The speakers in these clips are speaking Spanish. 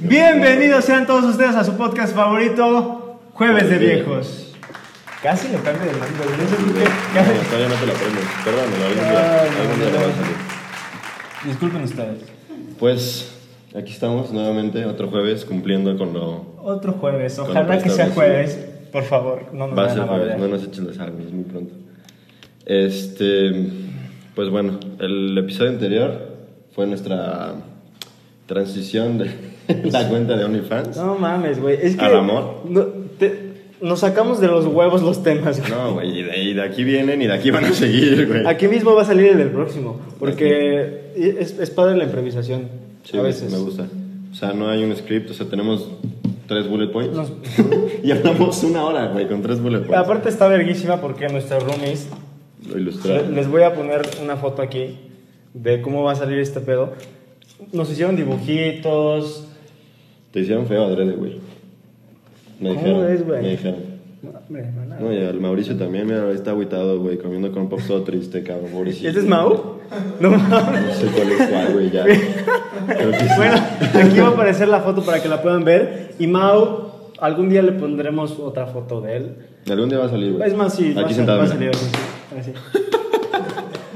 Bienvenidos sean todos ustedes a su podcast favorito, Jueves de Muy bien. Viejos. Casi lo cambio de mando, güey. Eso creo que- No, todavía no te la aprendes. Perdóname, algún día, Ay, algún día Ah, no. le va a salir. Disculpen ustedes. Pues aquí estamos nuevamente, otro jueves, cumpliendo con lo. Otro jueves, Con ojalá que sea prestamos, jueves. Por favor, no nos Va a ser vayan a jueves, madrear. no nos echen las armas muy pronto. Este. Pues bueno, el episodio anterior fue nuestra transición de la cuenta de OnlyFans. No mames, güey. Es que. ¿Al amor? no- te- nos sacamos de los huevos los temas, güey. No, güey, y de, y de aquí vienen y de aquí van a seguir, güey. Aquí mismo va a salir el del próximo. Porque es, es padre la improvisación. Sí, a veces. me gusta. O sea, no hay un script, o sea, tenemos tres bullet points. Nos- y hablamos una hora, güey, con tres bullet points. Aparte está verguísima porque nuestros roomies. Lo ilustrado. Les voy a poner una foto aquí de cómo va a salir este pedo. Nos hicieron dibujitos. Te hicieron feo adrede, güey. Me ¿Cómo dijeron. ves, güey? Me dijeron. Hombre, maná. No, y al Mauricio también, mira, está agüitado, güey, comiendo con pop todo triste, cabrón, pobrecito. ¿Este es Mau? No mames. No sé cuál es cuál, güey, ya. Creo que sí. Bueno, aquí va a aparecer la foto para que la puedan ver. Y Mau, algún día le pondremos otra foto de él. Algún día va a salir, güey. Es más, sí, va a Aquí ser- sentado. va a salir mira. así.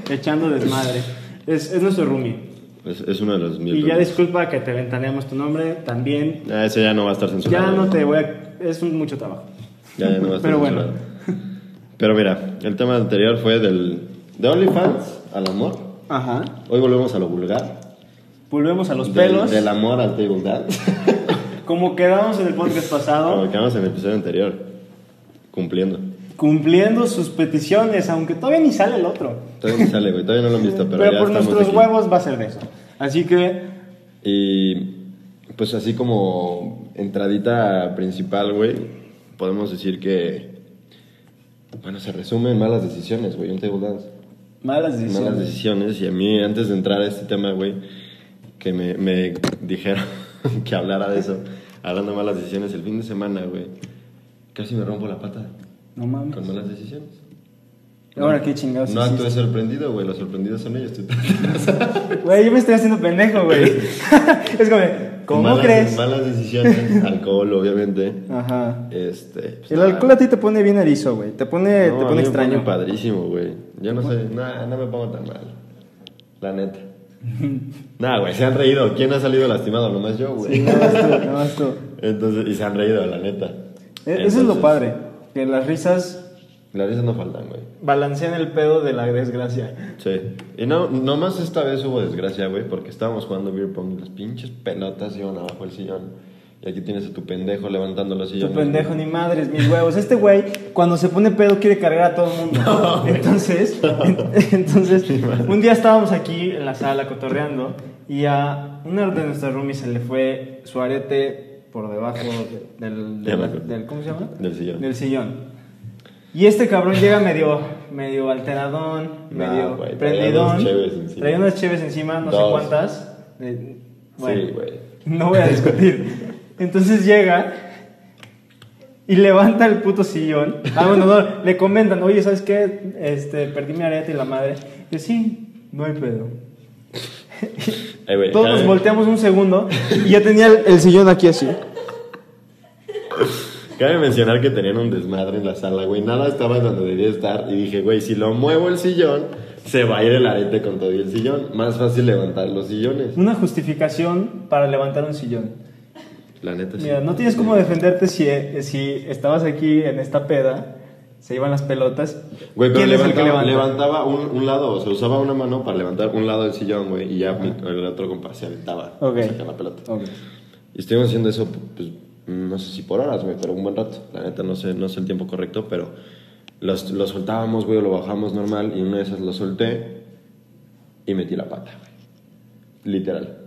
así. Echando desmadre. Es, es nuestro roomie. Es, es uno de los mil. Y ya dólares. disculpa que te ventaneamos tu nombre también. Ah, ese ya no va a estar censurado. Ya no güey. te voy a... Es un- mucho trabajo. Ya, ya no va a estar Pero bueno. censurado. Pero mira, el tema anterior fue del. De OnlyFans al amor. Ajá. Hoy volvemos a lo vulgar. Volvemos a los Del- pelos. Del, amor al table dance. Como quedamos en el podcast pasado, Como quedamos en el episodio anterior. Cumpliendo. cumpliendo sus peticiones, aunque todavía ni sale el otro. Todavía no sale, güey. Todavía no lo han visto, pero, Pero, ya por estamos nuestros aquí. huevos va a ser de eso. Así que, Y pues así como entradita principal, güey, podemos decir que, bueno, se resume en malas decisiones, güey, un table dance. Malas Malas decisiones. decisiones. Y a mí, antes de entrar a este tema, güey, que me, me dijeron que hablara de eso, hablando de malas decisiones, el fin de semana, güey, casi me rompo la pata No mames. con malas decisiones. Ahora qué chingados. No hiciste? actúe sorprendido, güey, los sorprendidos son ellos. güey, yo me estoy haciendo pendejo, güey. es como, ¿cómo Malas- crees? Malas decisiones, alcohol, obviamente. Ajá. Este, pues, El nada. alcohol a ti te pone bien erizo, güey. Te pone, te No, a mí pone me extraño. padrísimo, güey. Yo no sé, nada, no me pongo tan mal. La neta. Nada, güey, se han reído. ¿Quién ha salido lastimado? Nomás yo, güey. Sí, nada más tú, nada más tú. Entonces, y se han reído, la neta. E- Eso es Entonces, lo padre. Que las risas. Las risas no faltan, güey. Balancean el pedo de la desgracia. Sí. Y no, nomás esta vez hubo desgracia, güey, porque estábamos jugando beer pong y las pinches pelotas iban abajo del sillón. Y aquí tienes a tu pendejo levantando los Tu sillones. pendejo, ni madres, mis huevos. Este güey, cuando se pone pedo, quiere cargar a todo el mundo. entonces, entonces, un día estábamos aquí en la sala cotorreando y a una de nuestras roomies se le fue su arete por debajo de- del, Ya me del, acuerdo. del- ¿Cómo se llama? Del sillón. Del sillón. Y este cabrón llega medio, medio alteradón, Nah, medio güey, traía prendidón. unas cheves encima. Traía unas cheves encima, no sé Dos. cuántas. Eh, bueno, Sí, güey. no voy a discutir. Entonces llega y levanta el puto sillón. Ah, bueno, no, le comentan, oye, ¿sabes qué? Este, perdí mi arete y la madre. Y yo, sí, no hay pedo. Ay, Eh, güey, Todos cada- nos volteamos un segundo y ya tenía el, el sillón aquí así. Cabe mencionar que tenían un desmadre en la sala, güey. Nada estaba donde debía estar. Y dije, güey, si lo muevo el sillón, se va a ir el arete con todo y el sillón. Más fácil levantar los sillones. Una justificación para levantar un sillón. La neta, Pues sí. Mira, no tienes cómo defenderte si, eh, si estabas aquí en esta peda, se iban las pelotas. Güey, pero ¿Quién es el que levantaba, levanta? levantaba un, un lado, o sea, usaba una mano para levantar un lado del sillón, güey, y ya mi- el otro compa se aventaba Ok. a sacar la pelota. Ok. Y estuvimos haciendo eso, pues, no sé si por horas, güey, pero un buen rato. La neta, no sé, no sé el tiempo correcto, pero los- lo soltábamos, güey, o lo bajamos normal, y una de esas lo solté y metí la pata, güey. Literal.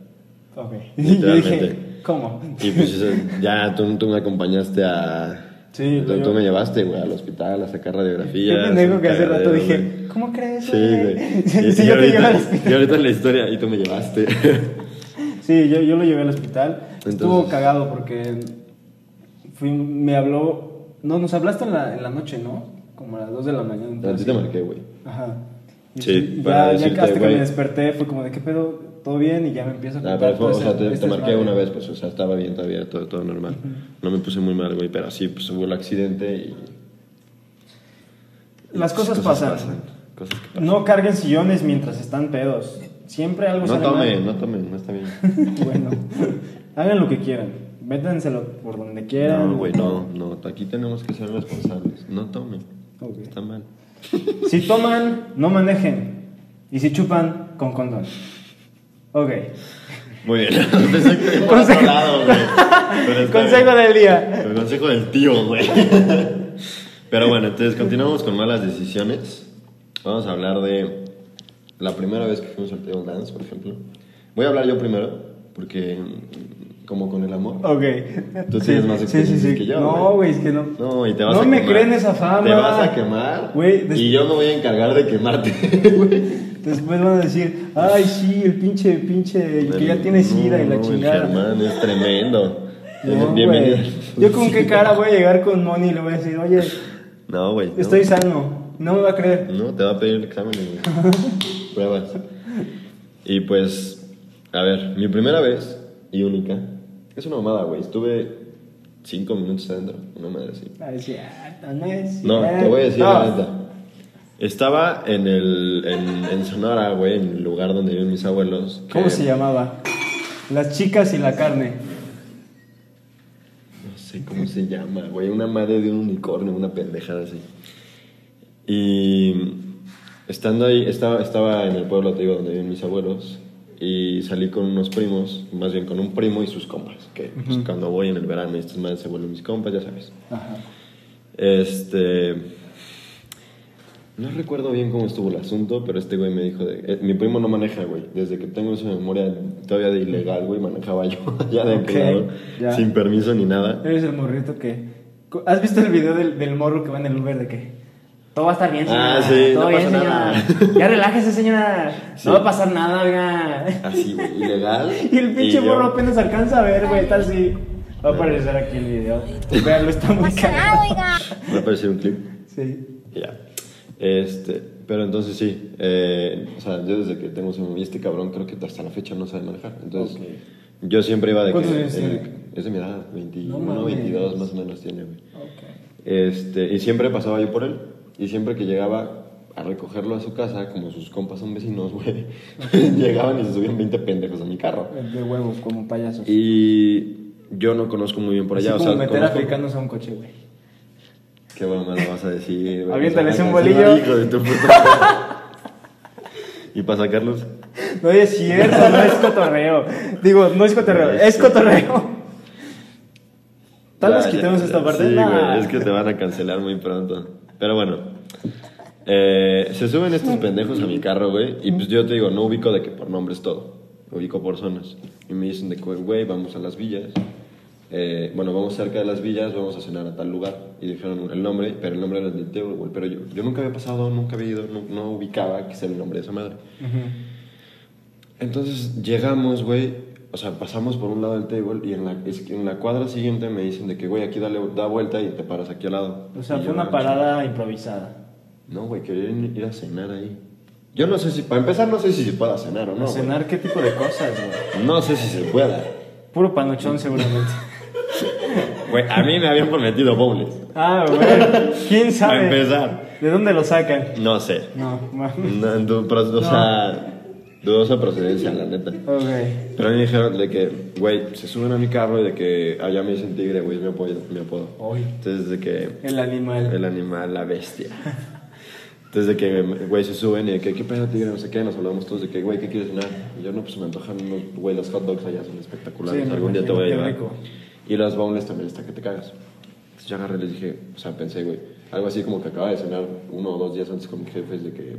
Ok. Y yo dije, Literalmente. ¿cómo? Y pues eso, ya tú, tú me acompañaste a... Sí, tú, yo- tú me llevaste, güey, al hospital a sacar Qué radiografías. pendejo que hace cagadero, rato güey. dije, ¿cómo crees? Sí, güey. Sí, Y- y yo te llevo ahorita- al hospital. Y ahorita en la historia, y tú me llevaste. Sí, yo, yo lo llevé al hospital. Estuvo Entonces- cagado porque fui- me habló. No, nos hablaste en la, en la noche, ¿no? Como a las 2 de la mañana. A ti entonces- te marqué, güey. Ajá. Y Sí, sí, para ya, ya decirte, hasta que güey. me desperté fue como de qué pedo. todo bien, y ya me empiezo a Ah, contar. pero fue- todo o sea, ese- te, te este marqué desmadre. una vez, pues, o sea, estaba bien todavía, todo, todo normal. No me puse muy mal, güey, pero sí, pues hubo el accidente y. Las y cosas pasan. Cosas que pasan. No carguen sillones mientras están pedos. Siempre algo No sale mal. tomen, no tomen, no está bien. Bueno, hagan lo que quieran. Métanselo por donde quieran. No, güey, no, no, aquí tenemos que ser responsables. No tomen, Ok. está mal. Si toman, no manejen. Y si chupan, con condón. Ok. Muy bien, pensé que por otro lado, güey. Pero Pues está Consejo bien. del día. El consejo del tío, güey. Pero bueno, entonces continuamos con malas decisiones. Vamos a hablar de la primera vez que fuimos al table dance, por ejemplo. Voy a hablar yo primero, porque mm, como con el amor. Ok. Tú tienes más experiencia que yo, No, güey. güey, es que no. No, y te vas no a me quemar. creen esa fama. Te vas a quemar. Güey, des- Y yo me voy a encargar de quemarte, güey. después van a decir, ay, sí, el pinche, pinche, el que ya tiene No, sida y la no, el chingada. Germán es tremendo. No, güey. Bienvenido. Yo con qué cara voy a llegar con Moni y le voy a decir, oye, No, güey. no. estoy sano. No me va a creer. No, te va a pedir el examen, güey. Pruebas. Y pues, a ver, mi primera vez y única. Es una mamada, güey. Estuve cinco minutos adentro. Una madre así. Ay, sí, ah, no, es No, te cierto. voy a decir No. la neta. Estaba en el. en, en Sonora, güey, en el lugar donde viven mis abuelos. que- ¿Cómo se llamaba? Las chicas y la carne. No sé cómo se llama, güey. Una madre de un unicornio, una pendejada así. Y estando ahí, estaba, estaba en el pueblo, te digo, donde viven mis abuelos. Y salí con unos primos, más bien con un primo y sus compas. Que pues, cuando voy en el verano, estos madres se vuelven mis compas, ya sabes. Ajá. Este. No recuerdo bien cómo estuvo el asunto, pero este güey me dijo de. eh, mi primo no maneja, güey. Desde que tengo esa memoria todavía de ilegal, güey, manejaba yo allá de aquel Ok, lado, ya. sin permiso ni nada. Eres el morrito que. ¿Has visto el video del, del morro que va en el Uber de que? Todo va a estar bien, señora. Ah, sí, Todo no bien, pasa señora. nada". Ya relájese, señora. Sí. No va a pasar nada, oiga. Así, güey, ilegal. Y el pinche yo- morro apenas alcanza a ver, güey. Está así. Va a aparecer aquí el video. Veanlo, está muy cagado. Va a aparecer un clip. Sí. y Ya. Este, pero entonces sí. eh, o sea, yo desde que tengo esa memoria, y este cabrón creo que hasta la fecha no sabe manejar. Entonces, Ok. yo siempre iba de ¿Cuántos que. años eh, tiene? es de mi edad, 21, No mames. 22 más o menos tiene, güey. Ok. Este, y siempre pasaba yo por él. Y siempre que llegaba a recogerlo a su casa, como sus compas son vecinos, güey, llegaban y se subían 20 pendejos a mi carro. De huevo, como payasos. Y yo no conozco muy bien por Así allá. como o sea, meter conozco- africanos a un coche, güey. Qué bueno me lo vas a decir. güey. Aviéntales un Para bolillo. sacar- hijo de tu puta madre. y para sacarlos. No es cierto, no es cotorreo. Digo, no es cotorreo, es cotorreo. Tal vez Ya, ya, quitemos ya. esta parte. Sí, Nah. güey, es que te van a cancelar muy pronto. Pero bueno. eh, se suben estos pendejos a mi carro, güey. Y pues yo te digo, no ubico de que por nombres todo. Ubico por zonas. Y me dicen de que, güey, vamos a las villas. eh, bueno, vamos cerca de las villas, vamos a cenar a tal lugar. Y dijeron el nombre, pero el nombre era el del table, güey. Pero yo, yo nunca había pasado, nunca había ido, no, no ubicaba que sea el nombre de esa madre. Entonces llegamos, güey. O sea, pasamos por un lado del table y en la, es que en la cuadra siguiente me dicen de que, güey, aquí dale, da vuelta y te paras aquí al lado. O sea, Y fue yo, una no, parada improvisada. No, güey, querían ir a cenar ahí. Yo no sé si, para empezar, no sé si se pueda cenar o no. ¿A güey. cenar qué tipo de cosas, güey? No sé si se pueda. Puro panochón seguramente. Güey, a mí me habían prometido bowls. ah, güey. ¿Quién Para sabe? empezar. ¿De dónde lo sacan? No sé. No, mames. No, du- pro- o sea, dudosa procedencia, la neta. Ok. Pero a mí me dijeron de que, güey, se suben a mi carro y de que allá me dicen tigre, güey, es mi apodo. Mi apodo. Uy. Entonces, de que El animal. el animal, la bestia. Entonces, de que, güey, se suben y de que, ¿qué pedo, tigre? No sé qué, nos hablamos todos de que, güey, ¿qué quieres cenar? Y yo, no, pues me antojan unos, güey, los hot dogs allá son espectaculares, Sí, me algún día te voy a imagino, llevar. qué rico. Y las bowls también está que te cagas. Entonces, yo agarré y les dije, o sea, pensé, güey, algo así como que acababa de cenar uno o dos días antes con mis jefes de que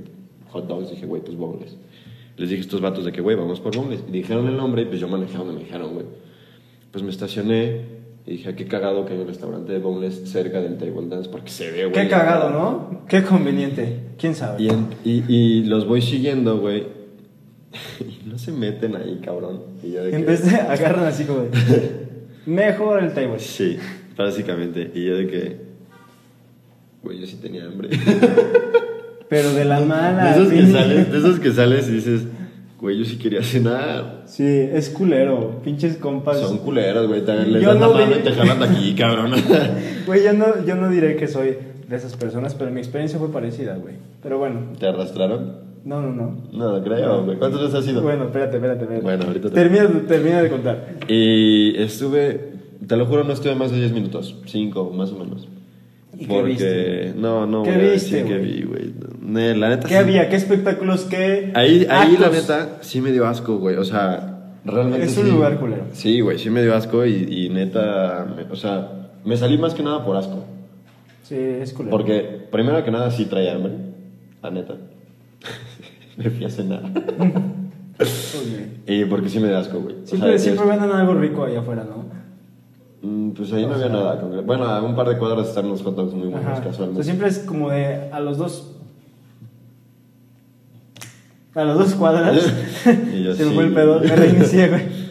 hot dogs, dije, güey, pues bowls. Les dije a estos vatos de que, güey, vamos por bowls. Y dijeron el nombre y pues yo manejé donde me dijeron, güey. Pues me estacioné y dije, "Ah, qué cagado que hay un restaurante de boneless cerca del table dance porque se ve, güey. Qué cagado, ¿no? Qué conveniente. ¿Quién sabe? Y, en- y- y los voy siguiendo, güey. Y no se meten ahí, cabrón. Y yo de que- En vez de agarran así como de, Mejor el table. Sí, básicamente. Y yo de que... Güey, yo sí tenía hambre. Pero de la mala. de, esos que sí. sales, de esos que sales y dices... Güey, yo sí quería cenar. Sí, es culero, pinches compas. Son culeros, güey. También les Pues Yo dan no la mano vi- y te jalan de aquí, cabrón. Güey, yo no, yo no diré que soy de esas personas, pero mi experiencia fue parecida, güey. Pero bueno, ¿Te arrastraron? no, no, no. No, creo, güey. ¿Cuántas veces has ido? Bueno, espérate, espérate, espérate. Bueno, ahorita te- termina, termina de contar. Y estuve, te lo juro, no estuve más de 10 minutos, 5 más o menos. ¿Y qué Porque viste? no, no ¿Qué voy a viste, decir que güey? vi, güey. Ne, La neta ¿Qué sí. había? ¿Qué espectáculos? ¿Qué Ahí, ahí la actos? neta sí me dio asco, güey. O sea, realmente Es un sí. lugar culero. Sí, güey, sí me dio asco y, y neta, me- o sea, me salí más que nada por asco. Sí, es culero. Porque primero que nada sí traía hambre, la neta. me fui a cenar. Ok. Y porque sí me dio asco, güey. O sea, Siempre, decías, siempre venden algo rico ahí afuera, ¿no? Mm, Pues ahí no había nada. concreto. Bueno, a un par de cuadras están unos hot dogs muy buenos, Ajá. O sea, casualmente. siempre es como de a los dos. A los dos cuadras. Y yo, Se me sí, fue el pedo, güey. me reinicié, güey.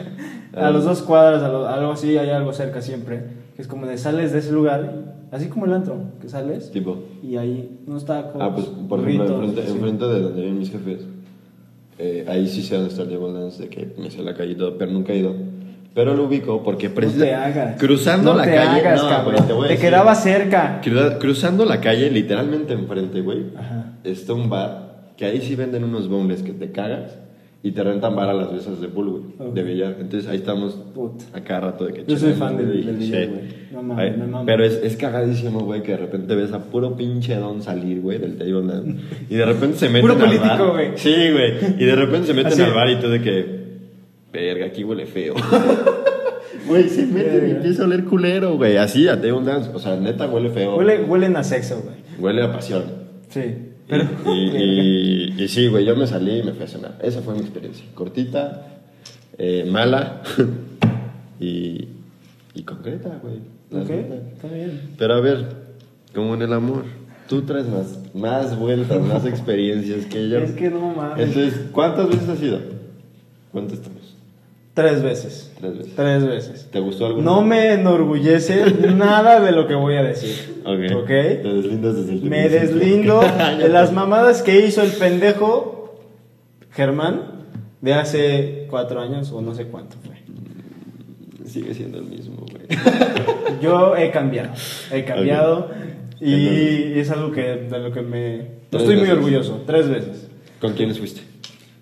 A Ah. los dos cuadras, a lo- algo así, hay algo cerca siempre. Que es como de sales de ese lugar, así como el antro, que sales Tipo. y ahí unos tacos. Ah, pues por ejemplo, burritos, enfrente, sí. enfrente de donde viven mis jefes, eh, ahí sí sé dónde está el Table Dance, de que me sé la calle y todo, pero nunca he ido. Pero lo ubico porque No te precisamente hagas. cruzando No la te calle, hagas, no, cabrón. pero te voy a decir. quedaba cerca. Cru- Cruzando la calle, literalmente enfrente, güey, Ajá. está un bar que ahí sí venden unos bongles que te cagas y te rentan bar a las mesas de pool, güey, Ok. de billar. Entonces ahí estamos Puta. acá rato de que Yo soy chingamos, fan del- del billar, Sí. güey. No mames, Ay, me mama. Pero es, es cagadísimo, güey, que de repente ves a puro pinche don salir, güey, del table dance. Y de repente se meten Puro al político, bar. güey. Sí, güey. Y de repente se meten Así. al bar y tú de que, verga, aquí huele feo. Güey, se meten y Verga. empieza a oler culero, güey. Así, a table dance. O sea, neta huele feo. Huele, huelen a sexo, güey. Huele a pasión. Sí. Y- Y, y- y sí, güey, yo me salí y me fui a cenar. Esa fue mi experiencia. Cortita, eh, mala y, y concreta, güey. La Ok, neta. está bien. Pero a ver, como en el amor, tú traes más, más vueltas, más experiencias que yo. Es que no mames. Entonces, ¿cuántas veces has ido? Contéstanos. Tres veces. Tres veces. Tres veces. ¿Te gustó alguna? No me enorgullece nada de lo que voy a decir. Ok. ¿Ok? Te deslindas desde el Me principio. deslindo de Ya las te- mamadas que hizo el pendejo Germán de hace cuatro años o no sé cuánto fue. Sigue siendo el mismo, güey. Yo he cambiado. He cambiado y Entonces- es algo que, de lo que me... Tres estoy muy veces. orgulloso. Tres veces. ¿Con quiénes fuiste?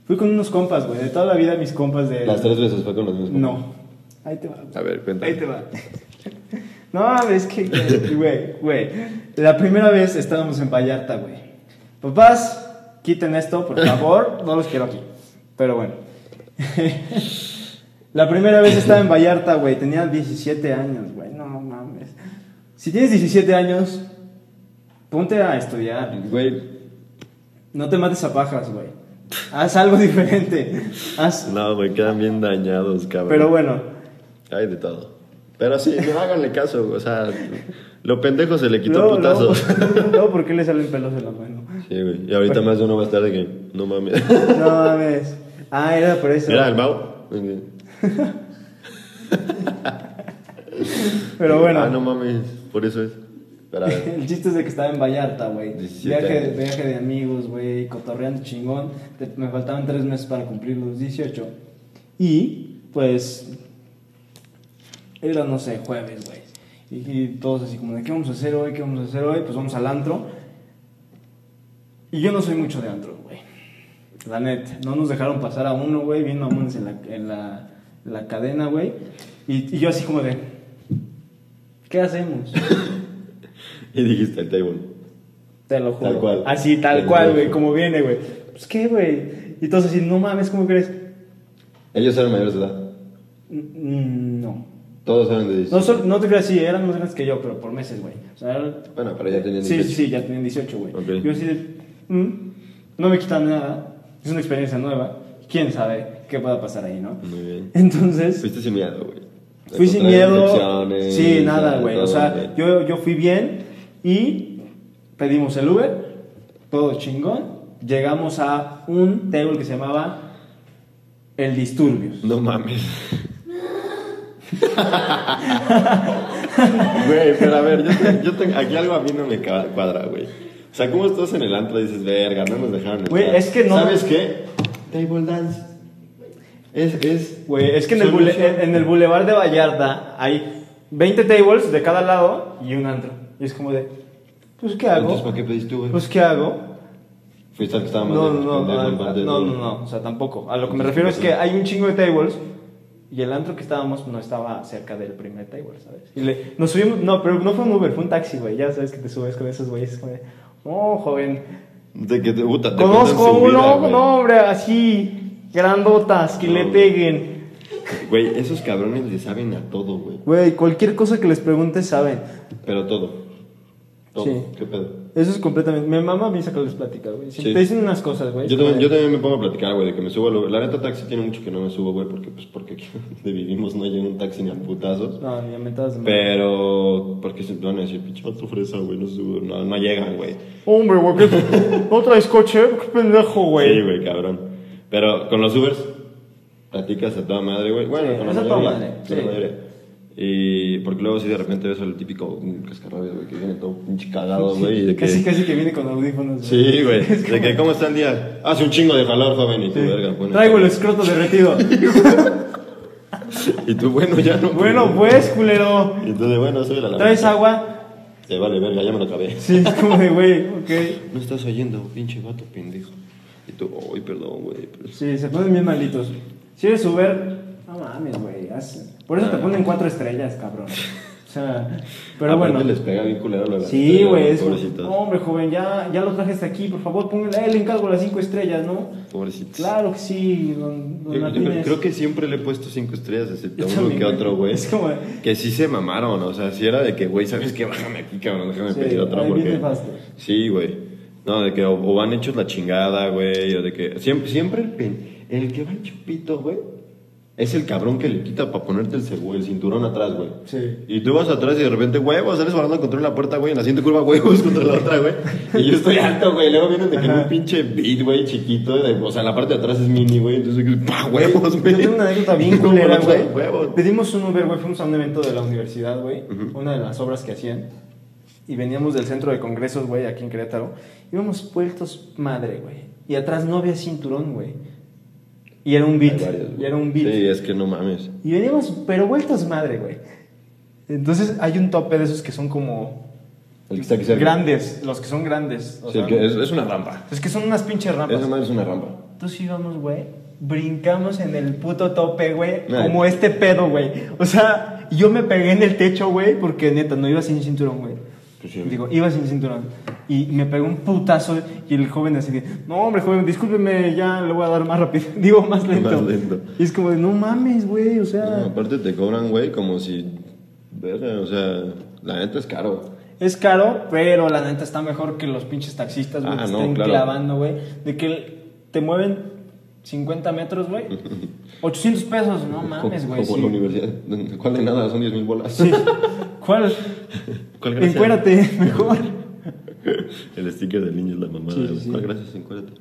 Fui con unos compas, güey. De toda la vida mis compas de... Las tres veces fue con los mismos. No. Ahí te va. A ver, cuéntame. Ahí te va. No, es que, güey, güey. La primera vez estábamos en Vallarta, güey. Papás, quiten esto, por favor. No los quiero aquí. Pero bueno. La primera vez estaba en Vallarta, güey. Tenía 17 años, güey. No mames. Si tienes 17 años, ponte a estudiar. Güey, No te mates a pajas, güey. Haz algo diferente. Haz... no, güey, quedan bien dañados, cabrón. Pero bueno, Hay de todo. Pero sí, no háganle caso, o sea, lo pendejo se le quitó Luego, putazos. luego- luego, ¿por qué le salen pelos en la mano? Sí, güey. Y ahorita más de uno va a estar de que, no mames. No mames. Ah, era por eso. Era el Mau. Ok. Pero bueno, Ah, no mames, por eso es. Pero a ver. el chiste es de que estaba en Vallarta, güey. 17 Viaje, años. viaje de amigos, güey, cotorreando chingón. Te- me faltaban tres meses para cumplir los 18. Y, pues, era, no sé, jueves, güey. Y, y todos así como, ¿de qué vamos a hacer hoy? ¿Qué vamos a hacer hoy? Pues vamos al antro. Y yo no soy mucho de antro, güey. La neta, no nos dejaron pasar a uno, güey, bien mamones en la, en la, en la cadena, güey. Y, y yo así como de, ¿qué hacemos? Y dijiste el table. Te lo juro. Tal cual. Así, tal Te lo cual, juro. güey, como viene, güey. Pues qué, güey. Y todos así, no mames, ¿cómo crees? Ellos eran mayores de edad. Mm, No. Todos eran No, de 16. so- no te creas, sí, eran más grandes que yo, pero por meses, güey. O sea, eran- Bueno, pero ya tenían Sí, 18. sí, sí, ya tenían 18, güey. Ok. Yo así de, mm, no me quitan nada. Es una experiencia nueva. ¿Quién sabe qué pueda pasar ahí, no? Muy bien. Entonces... Fuiste sin miedo, güey. Fui sin Encontrar miedo. infecciones, Sí, nada, güey. todo, O sea, yo, yo fui bien y pedimos el Uber, todo chingón. Llegamos a un table que se llamaba El Disturbios. No mames. Güey, pero a ver, yo, te- yo te- aquí algo a mí no me ca- cuadra, güey. O sea, ¿cómo estás en el antro y dices, verga, no nos dejaron Güey, entrar"? es que no- ¿Sabes qué? Table dance. Es, es, güey, es que en el, Solución. bule- en- en el bulevar de Vallarta hay 20 tables de cada lado y un antro. Y es como de, pues ¿qué Entonces, hago? ¿para qué pediste, güey? Pues ¿qué hago? Fuiste al que estaba más No, lejos, no, no, pendejo, no, en no, parte de- no, no, o sea, tampoco. A lo que me refiero es que hay un chingo de tables y el antro que estábamos no estaba cerca del primer table, ¿sabes? Y le, nos subimos, no, pero no fue un Uber, fue un taxi, güey. Ya sabes que te subes con esos güeyes, es como de, oh, joven, De que te puta, te conozco cuentan su vida, uno, güey. no, hombre, así, grandotas, que No, le güey. peguen. Güey, esos cabrones le saben a todo, güey. Güey, cualquier cosa que les preguntes saben. Pero todo. Todo. Sí. ¿Qué pedo? Eso es completamente, mi mamá me dice que les platica, güey. Si Sí. te dicen unas cosas, güey. Yo es como también, yo de- también me pongo a platicar, güey, de que me subo al Uber. La neta, taxi tiene mucho que no me subo, güey, porque, pues, porque aquí donde vivimos no llega un taxi ni a putazos. No, ni a mentadas de madre. Pero, porque se van a decir, pinche vato fresa, güey, no subo. No, no llegan, güey. Hombre, güey, ¿qué- ¿no traes coche? Qué pendejo, güey. Sí, güey, cabrón. Pero con los Ubers, platicas a toda madre, güey. Bueno, Sí, con la es a mayoría. toda madre, con sí. la mayoría. Y porque luego, si de repente ves al típico mm, cascarrabias, güey, que viene todo pinche cagado, güey. y de que- Casi, casi que viene con audífonos. Sí, güey. De que, ¿cómo está el día? Hace un chingo de calor, joven, y tú, verga, bueno. Traigo el escroto derretido. Y tú, bueno, ya no. bueno, pues, culero. Y entonces, bueno, soy la ¿Traes agua? Te vale, verga, ya me lo acabé. Sí, es como de, güey, ok. No estás oyendo, pinche vato pendejo. Y tú, ay, perdón, güey. pero- Sí, se ponen bien malitos. Si eres Uber, no mames, güey. haz- Por eso te Ah. ponen cuatro estrellas, cabrón. O sea, pero Aparte bueno. les pega bien culero lo de la Sí, estrella, güey. es- Pobrecitos. Hombre, joven, ya, ya lo traje hasta aquí. Por favor, póngale eh, le encargo las cinco estrellas, ¿no? Pobrecitos. Claro que sí, don, don Yo- yo creo, Martínez. creo que siempre le he puesto cinco estrellas, excepto Yo uno también, que otro, güey. Es como. Que sí se mamaron, o sea, sí era de que, güey, ¿sabes qué? Bájame aquí, cabrón, déjame Sí, pedir otro ahí viene porque... fasto. Sí, güey. No, de que o, o van hechos la chingada, güey, o de que... Siempre, siempre el, pen- el que va en chupito, güey, es el cabrón que le quita para ponerte el, segu- el cinturón atrás, güey. Sí. Y tú vas atrás y de repente, güey, vas a salir barrando contra una puerta, güey, en la siguiente curva, güey, vas contra la otra, güey. Y yo estoy alto, güey. Luego vienen de que en un pinche beat, güey, chiquito. de- o sea, la parte de atrás es mini, güey. Entonces, pues, pa, huevos, güey. Yo tengo una anécdota bien Como culera, los güey. Huevos. Pedimos un Uber, güey. Fuimos a un evento de la universidad, güey. Una de las obras que hacían. Y veníamos del centro de congresos, güey, aquí en Querétaro. Íbamos puestos madre, güey. Y atrás no había cinturón, güey. Y era un Hay beat. varios, güey. y era un beat. Sí, es que no mames. Y veníamos, pero vueltos madre, güey. Entonces hay un tope de esos que son como El que está aquí cerca. grandes, los que son grandes. o Sí, el sea, que es, es una rampa. Pues es que son unas pinches rampas. Esa madre es una rampa. Entonces íbamos, güey, brincamos en el puto tope, güey, Ay. como este pedo, güey. O sea, yo me pegué en el techo, güey, porque neta, no iba sin cinturón, güey. Pues sí. Digo, iba sin cinturón. Y me pegó un putazo y el joven así de, no, hombre, joven, discúlpeme, ya le voy a dar más rápido. Digo, más lento. Más lento. Y es como de, no mames, güey, o sea... No, aparte te cobran, güey, como si. Verga, o sea, la neta es caro. Es caro, pero la neta está mejor que los pinches taxistas, güey, Ah, que no, estén claro. clavando, güey. De que te mueven 50 metros, güey. 800 pesos, no mames, güey. Como en la sí. universidad. ¿Cuál de nada? Son 10 mil bolas. Sí. ¿Cuál? ¿Cuál gracia? Encuérate, mejor. El sticker del niño es la mamada. Sí, sí, güey. sí. ¿Cuál gracias? Encuérdate.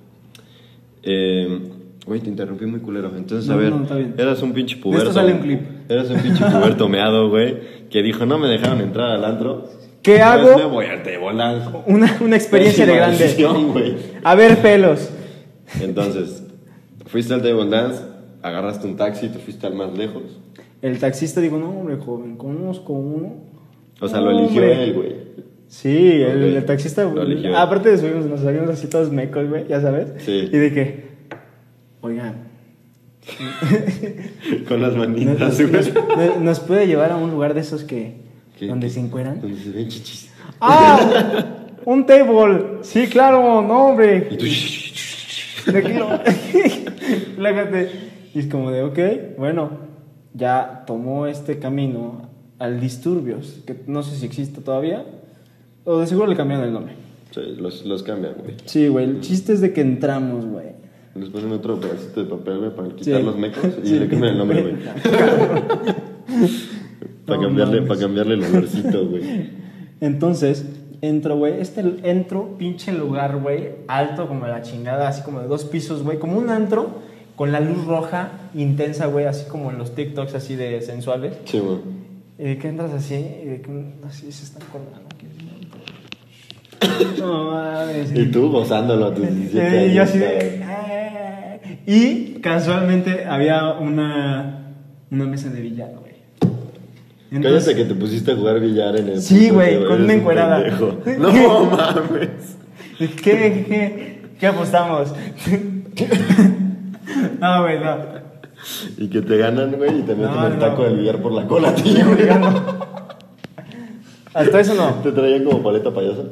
Eh, güey, te interrumpí muy culero. Entonces, a No, ver, no, está bien. eras un pinche esto puberto. sale un clip. Eras un pinche puberto meado, güey, que dijo, no me dejaron entrar al antro. ¿Qué Pues hago? me voy al Tebolanzo. Una, una experiencia de Pésima grande. decisión, güey. A ver, pelos. Entonces, fuiste al table dance, agarraste un taxi, te fuiste al más lejos. El taxista dijo, no, hombre, joven, conozco uno. O sea, lo No, eligió hombre. él, güey. Sí, el, Ok. el taxista. Lo eligió. Aparte de subirnos, nos salieron así todos mecos, güey, ya sabes. Sí. Y de que, oigan, Con las Nos, manitas, nos- güey. nos- nos puede llevar a un lugar de esos que. ¿Qué- donde qué? se encueran. Donde se ven chichis. ¡Ah! ¡Un table! Sí, claro, no, hombre. Y tú, De aquí no. Relájate. Y es como de, ok, bueno, ya tomó este camino al Disturbios, que no sé si existe todavía. O de seguro le cambiaron el nombre. Sí, los, los cambian, güey. Sí, güey, el chiste es de que entramos, güey. Les ponen otro pedacito de papel, güey, para quitar Sí. los mecos y Sí. le cambian el nombre, güey. para, No cambiarle, mames. para cambiarle el olorcito, güey. Entonces, entro, güey, este entro, pinche lugar, güey, alto como la chingada, así como de dos pisos, güey, como un antro con la luz roja intensa, güey, así como en los TikToks así de sensuales. Sí, güey. Y de que entras así, y de que así se están colgando. que- No mames. Y tú gozándolo a tus 17 Eh, años. y yo así cabrón. de. "Ah". Y casualmente había una, una mesa de billar, güey. Cállate que te pusiste a jugar billar en el. Sí, puto, güey, con eres una un encuerada. pendejo. No mames. ¿Qué, qué, qué, qué apostamos? no, güey, no. Y que te ganan, güey, y te meten No, el no. taco del billar por la cola, tío. No, ya no. Hasta eso no. Te traían como paleta payasa.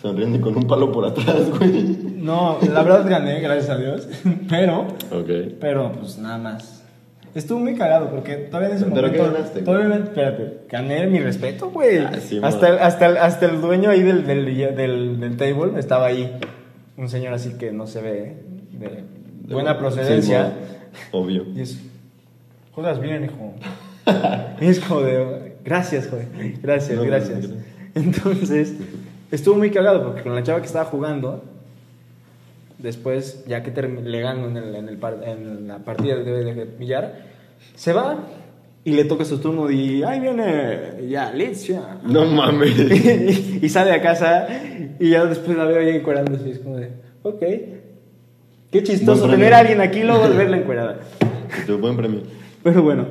Sonriendo y con un palo por atrás, güey. No, la verdad gané, gracias a Dios. Pero, Ok. pero, pues nada más. Estuvo muy cagado porque todavía en ese ¿Pero momento. qué ganaste, güey? Todavía, espérate, gané mi respeto, güey. Ah, sí, hasta, man. el, hasta, el, hasta el dueño ahí del, del, billa- del, del table estaba ahí. Un señor así que no se ve de buena procedencia. Sí, mo- obvio. Y es, jodas bien, hijo. Y es como de, gracias, joder, gracias, No, gracias. no, no, no. Entonces, estuvo muy cagado porque con la chava que estaba jugando, después, ya que termi- le gano en, el- en el par- en la partida de, de, de billar, se va y le toca su turno y, ahí viene, ya, listo, ya. No mames. y, y sale a casa y ya después la veo ahí encuerándose y es como de, ok. Qué chistoso premio. tener a alguien aquí y luego verla encuerada. Te buen premio. Pero bueno,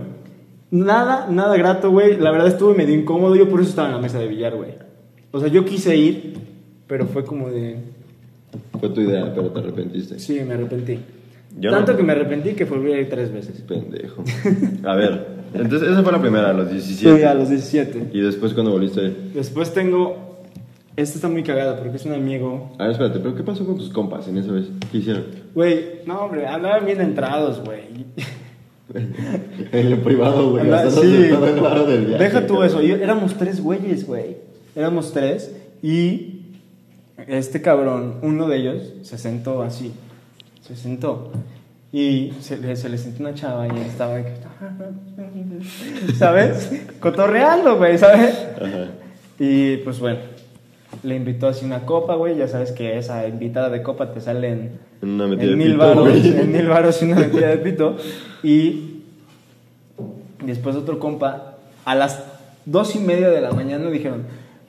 nada, nada grato, güey. La verdad estuve medio incómodo. Yo por eso estaba en la mesa de billar, güey. O sea, yo quise ir, pero fue como de. Fue tu idea, pero te arrepentiste. Sí, me arrepentí. Yo Tanto no. que me arrepentí que volví a ir tres veces. Pendejo. A ver. Entonces, esa fue la primera, a los 17. Sí, a los 17. Y después cuando volviste... Después tengo. Esta está muy cagada porque es un amigo. A ver, espérate, pero ¿qué pasó con tus compas en esa vez? ¿Qué hicieron? Güey, no, hombre, andaban bien entrados, güey. En el privado, güey. Anda- gastándose sí. todo el varo del viaje, Deja tú cabrón. eso. yo- éramos tres güeyes, güey. Éramos tres y este cabrón, uno de ellos, se sentó así. Se sentó. Y se le, se le sentó una chava y estaba... de que- ¿Sabes? Cotorreando, güey, ¿sabes? Ajá. Y pues bueno, le invitó así una copa, güey. Ya sabes que esa invitada de copa te sale en, En una en metida de mil pito, varos, güey. en mil varos y una metida de pito. Y después otro compa, a las dos y media de la mañana dijeron,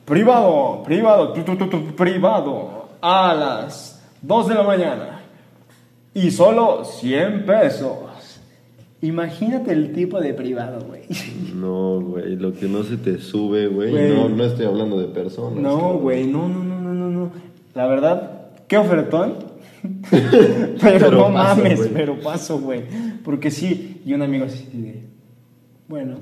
privado, privado, tu, tu, tu, tu, privado, a las dos de la mañana. Y solo 100 pesos. Imagínate el tipo de privado, güey. No, güey, lo que no se te sube, güey. Güey. No, no estoy hablando de personas. No, cabrón. güey, no, no, no, no, no, no. La verdad, qué ofertón. pero, Pero no paso, mames, güey. pero paso, güey. Porque sí, y un amigo así de. Bueno,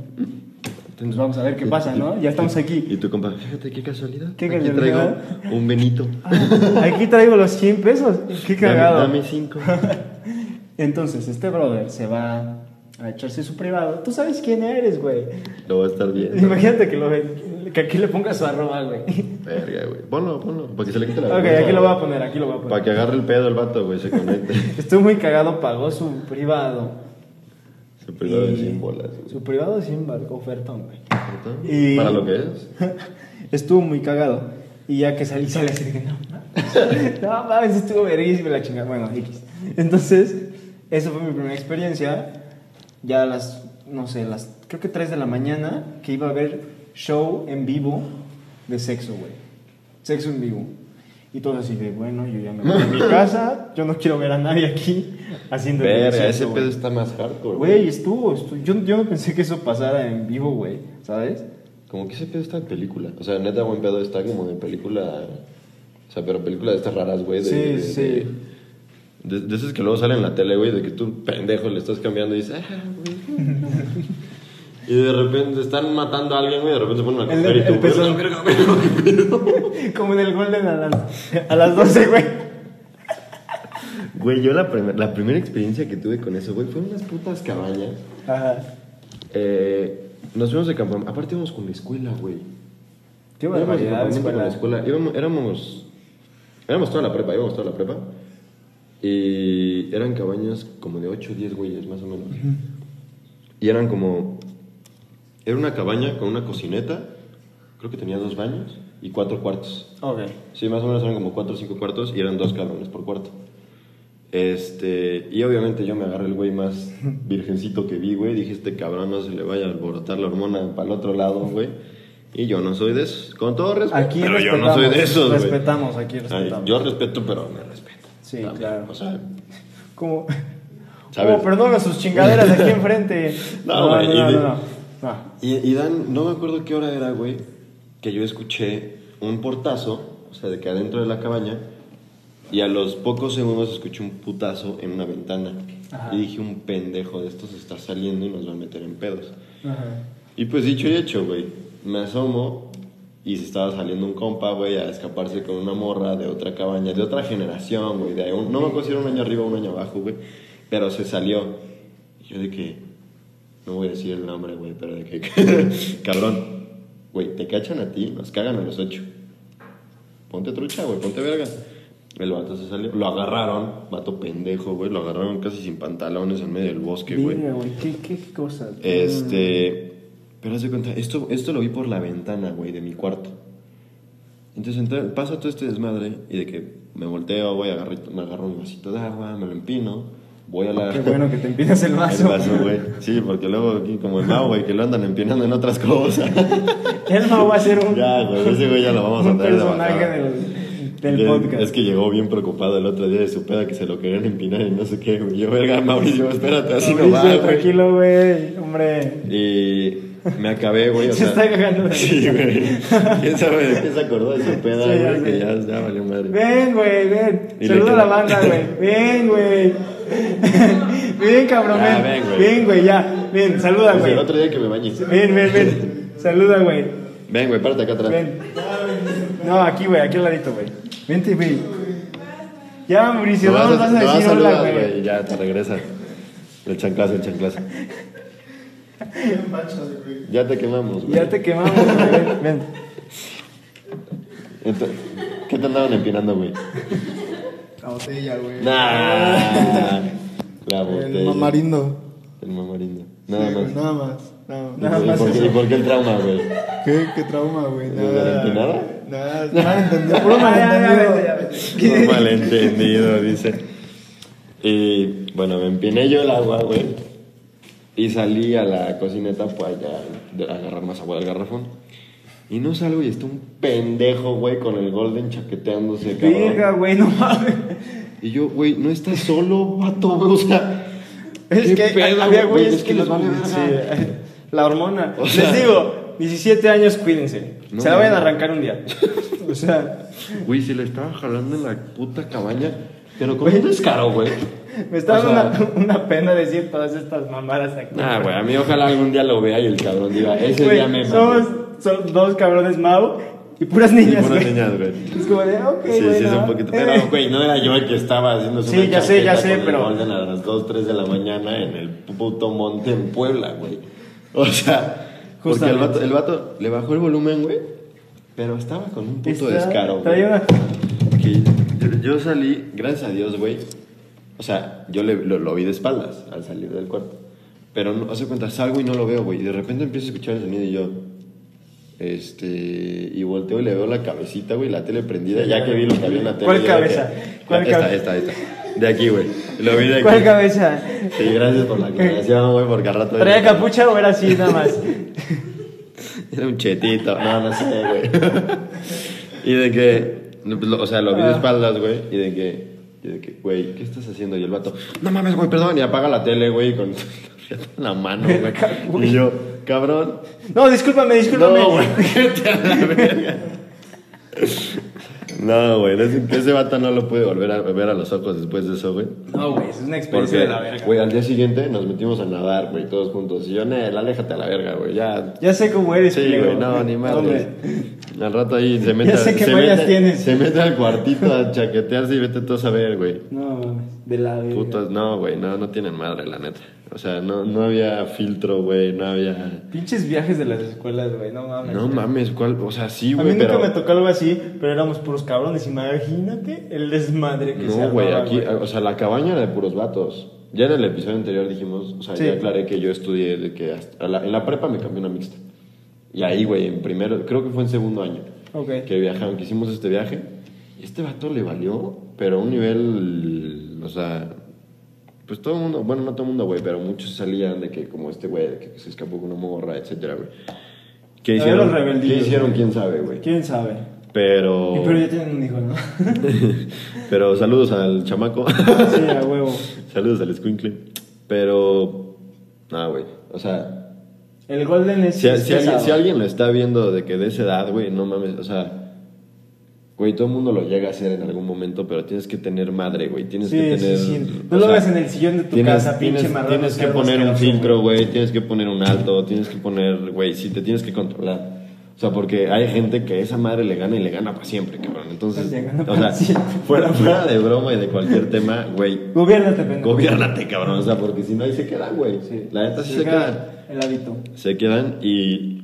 pues vamos a ver qué pasa, ¿no? Ya estamos aquí. Y tu compa, fíjate qué casualidad. Qué Aquí casualidad. traigo un Benito. ah, Aquí traigo los 100 pesos. Qué cagado. Dame, dame cinco. Entonces, este brother se va a echarse su privado. Tú sabes quién eres, güey. Lo va a estar bien. Imagínate que lo ve- que aquí le ponga su arroba, güey. Verga, güey. Ponlo, ponlo. Para que se le quite la Ok, vergüenza, aquí lo voy a güey. poner, aquí lo voy a poner. Para que agarre el pedo el vato, güey, se conecte. Estoy muy cagado, pagó su privado. Su privado de Y- 100 bolas, güey. Su privado de 100 barco, ofertón, güey. Y- ¿Para lo que es? estuvo muy cagado. Y ya que salí, sale así de que no mames. No mames, estuvo verguísima la chingada. Bueno, X. Entonces, esa fue mi primera experiencia. Ya a las, no sé, las, creo que 3 de la mañana, que iba a haber show en vivo de sexo, güey. Sexo en vivo. Y todo así de, bueno, yo ya me voy a mi casa, yo no quiero ver a nadie aquí haciendo Verga, ese sexo, güey. pedo está más hardcore, Güey, estuvo, estuvo- Yo, yo no pensé que eso pasara en vivo, güey, ¿sabes? Como que ese pedo está en película. O sea, neta, buen pedo está como de película. O sea, pero película de estas raras, güey. de- Sí, de- sí. De, de, de esas que luego salen en la tele, güey, de que tú, pendejo, le estás cambiando y dices. "Ah, güey". y de repente están matando a alguien, güey, de repente se ponen a El- coger y tú. el pezón. "Verga, verga, verga, qué pedo". Como en el Golden a las, a las 12, güey. Güey, yo la, primer- la primera experiencia que tuve con eso, güey, fue en unas putas cabañas. Ajá. Eh, nos fuimos de campamento. Aparte, íbamos con la escuela, güey. Qué Íbamos de barbaridad, campamento con escuela. la escuela. Íbamos- éramos, éramos toda la prepa, íbamos toda la prepa. Y eran cabañas como de 8 o 10 güeyes, más o menos. Y eran como... Era una cabaña con una cocineta, creo que tenía dos baños y cuatro cuartos. Ok. Sí, más o menos eran como cuatro o cinco cuartos y eran dos cabrones por cuarto. Este, y obviamente yo me agarré el güey más virgencito que vi, güey. Dije, este cabrón no se le vaya a alborotar la hormona para el otro lado, güey. Y yo no soy de esos. Con todo respeto, Aquí pero yo respetamos. no soy de esos, güey. respetamos, aquí respetamos. Ay, yo respeto, pero me respeto. Sí, También, claro. O sea, Como, ¿sabes? Oh, perdona sus chingaderas aquí enfrente. No, no, güey, no, y no, de- no, Ah, no. Y, y dan, no me acuerdo qué hora era, güey, que yo escuché un portazo, o sea, de que adentro de la cabaña, y a los pocos segundos escuché un putazo en una ventana. Y dije, un pendejo de estos está saliendo y nos va a meter en pedos. Ajá. Y pues dicho y hecho, güey, me asomo y se estaba saliendo un compa, güey, a escaparse con una morra de otra cabaña, de otra generación, güey, de un- no me considero un año arriba, un año abajo, güey, pero se salió. Y yo de que, no voy a decir el nombre, güey, pero de que, cabrón, güey, te cachan a ti, nos cagan a los ocho. Ponte trucha, güey, ponte verga. El vato se salió, lo agarraron, vato pendejo, güey, lo agarraron casi sin pantalones en medio del bosque, güey. Verga, güey, qué, qué cosa. Este. Mm. Pero haz de cuenta, esto, esto lo vi por la ventana, güey, de mi cuarto. Entonces entra- pasa todo este desmadre y de que me volteo, voy, agarré, me agarro mi vasito de agua, me lo empino, voy a la. Qué bueno que te empinas el El vaso. vaso, güey. Sí, porque luego aquí como el Mau, güey, que lo andan empinando en otras cosas. Él no va a ser un, ya, güey, ese güey ya lo vamos a un traer de personaje bajada. del, del Bien, podcast. Es que llegó bien preocupado el otro día de su peda que se lo querían empinar y no sé qué, güey. Yo, verga, Mauricio, espérate, así no va, Mauricio, güey. tranquilo, güey. Hombre, Y me acabé, güey. o Se sea- está cagando de Sí, güey. ¿Quién sabe de qué se acordó de su peda, Sí, ya güey? sé. Que ya, ya valió madre. Ven, güey, ven. Y le Saluda a la queda- banda, güey. Ven, güey. Ven, cabrón, Ya, ven. ven, güey. Ven, güey, ya. Ven, saluda, Desde güey. el otro día que me bañé. Ven, ven, ven. Saluda, güey. Ven, güey, párate acá atrás. Ven. No, aquí, güey, aquí al ladito, güey. Vente, güey. Ya, Mauricio, Lo no nos vas a lo decir hola, saludar, güey. Ya, te regresa. El chanclazo, el chanclazo. Ya te quemamos, güey. Ya te quemamos, güey. Ven, ven. Pues, Ento- ¿Qué te andaban empinando, güey? La botella, güey. Nah. La botella. El mamarindo. El mamarindo. Nada Sí, güey, más. Nada más. Nada más. ¿Y por- ¿Y por, qué- y por qué el trauma, güey? ¿Qué, qué trauma, güey? ¿De Nada. nada? Nada, malentendido. Ah, Ya, Puro ya, malentendido. vete, ya, vete. Un malentendido, dice. Y bueno, me empiné yo el agua, güey. Y salí a la cocineta para agarrar más agua del garrafón. Y no salgo y está un pendejo, güey, con el Golden chaqueteándose, cabrón. Verga, güey, no mames. Y yo, güey, no estás solo, vato, güey, o sea. Es ¿qué que pedo, había güey? güeyes Es que les los vale sí, eh, verga. la hormona. O sea- Les digo, 17 años, cuídense. No, Se la vayan a no. arrancar un día. O sea, Güey, se le estaba jalando en la puta cabaña. Pero con un descaro, güey. me está O sea- dando una, una pena decir todas estas mamadas aquí. Nah, güey, a mí ojalá algún día lo vea y el cabrón diga, ese Güey, día me somos, mamé. son dos cabrones Mau y puras Y niñas, puras güey. niñas, güey. Es como de, ok, Sí, sí, es bueno, un poquito. eh. Pero, güey, no era yo el que estaba haciendo Sí, ya sé, ya sé, pero- Con el Golden a las 2, 3 de la mañana en el puto monte en Puebla, güey. O sea, porque el Justamente. vato, el vato le bajó el volumen, güey. Pero estaba con un puto Está- descaro, güey. traía una- Que yo- yo salí, gracias a Dios, güey. O sea, yo le- lo, lo vi de espaldas al salir del cuarto. Pero no, hace cuenta, salgo y no lo veo, güey. Y de repente empiezo a escuchar el sonido y yo. Este. Y volteo y le veo la cabecita, güey, la tele prendida. Ya que vi lo que había en la tele. ¿Cuál yo de cabeza? que- ¿Cuál esta, cabe- esta, esta. De aquí, güey. Lo vi de aquí. ¿Cuál cabeza? Sí, gracias por la aclaración, güey, porque al rato. ¿Traía capucha o era así nada más? Era un chetito, no, no sé, güey. y de que, no, pues, lo- o sea, lo Ah. vi de espaldas, güey, y de que, y de que, güey, ¿qué estás haciendo? Y el vato, no mames, güey, perdón, y apaga la tele, güey, con la mano, güey. Y yo, cabrón, No, discúlpame, discúlpame. no, güey, vete a la verga. No, güey, ese- ese vato no lo pude volver a ver a los ojos después de eso, güey. No, güey, es una experiencia Porque, de la verga. güey, al día siguiente nos metimos a nadar, güey, todos juntos. Y yo, Nel, aléjate a la verga, güey, ya, Ya sé cómo eres, Sí, culero. güey, no, ni madre. Hombre. Al rato ahí se mete, sé qué se, mañas mete tienes. se mete al cuartito a chaquetearse y vete tú a saber, güey. No, mames, de la verga. Putas, no, güey, no, no tienen madre, la neta. O sea, no, no había filtro, güey, no había... Pinches viajes de las escuelas, güey, no mames. No mames, ¿cuál? O sea, sí, a mí güey, nunca pero... me tocó algo así, pero éramos puros cabrones. Imagínate el desmadre que se No, güey, armaba, aquí, o sea, la cabaña era de puros vatos. Ya en el episodio anterior dijimos, o sea, Sí. ya aclaré que yo estudié de que hasta- a la- en la prepa me cambié a una mixta. Y ahí, güey, en primero, creo que fue en segundo año. Ok. Que viajaron, que hicimos este viaje. Y este vato le valió, pero a un nivel, o sea, pues todo el mundo, bueno, no todo el mundo, güey, pero muchos salían de que como este güey, de que se escapó con una morra, etcétera, güey. ¿Qué Pero hicieron? los rebeldillos, ¿Qué hicieron? ¿Quién sabe, güey? ¿Quién sabe? Pero... Y pero ya tienen un hijo, ¿no? pero saludos al chamaco. sí, a huevo. Saludos al Squinkle. Pero, nada, güey. O sea, El Golden es. si, es si alguien, pesado. si alguien lo está viendo de que de esa edad, güey, no mames, o sea, güey, todo el mundo lo llega a hacer en algún momento, pero tienes que tener madre, güey, tienes Sí, que sí, tener... sí. o No lo sea, hagas en el sillón de tu casa, pinche tienes, marrón, tienes que cerdo poner un asqueroso, filtro, güey, tienes que poner un alto, tienes que poner, güey, sí, te tienes que controlar. O sea, porque hay gente que esa madre le gana y le gana para siempre, cabrón. Entonces, Le gana o pa' sea, siempre. fuera, fuera de broma y de cualquier tema, güey, Gobiérnate, pendejo. gobiernate, cabrón. O sea, porque si no, ahí se quedan, güey. La neta sí se, quedan. El hábito. Se quedan y.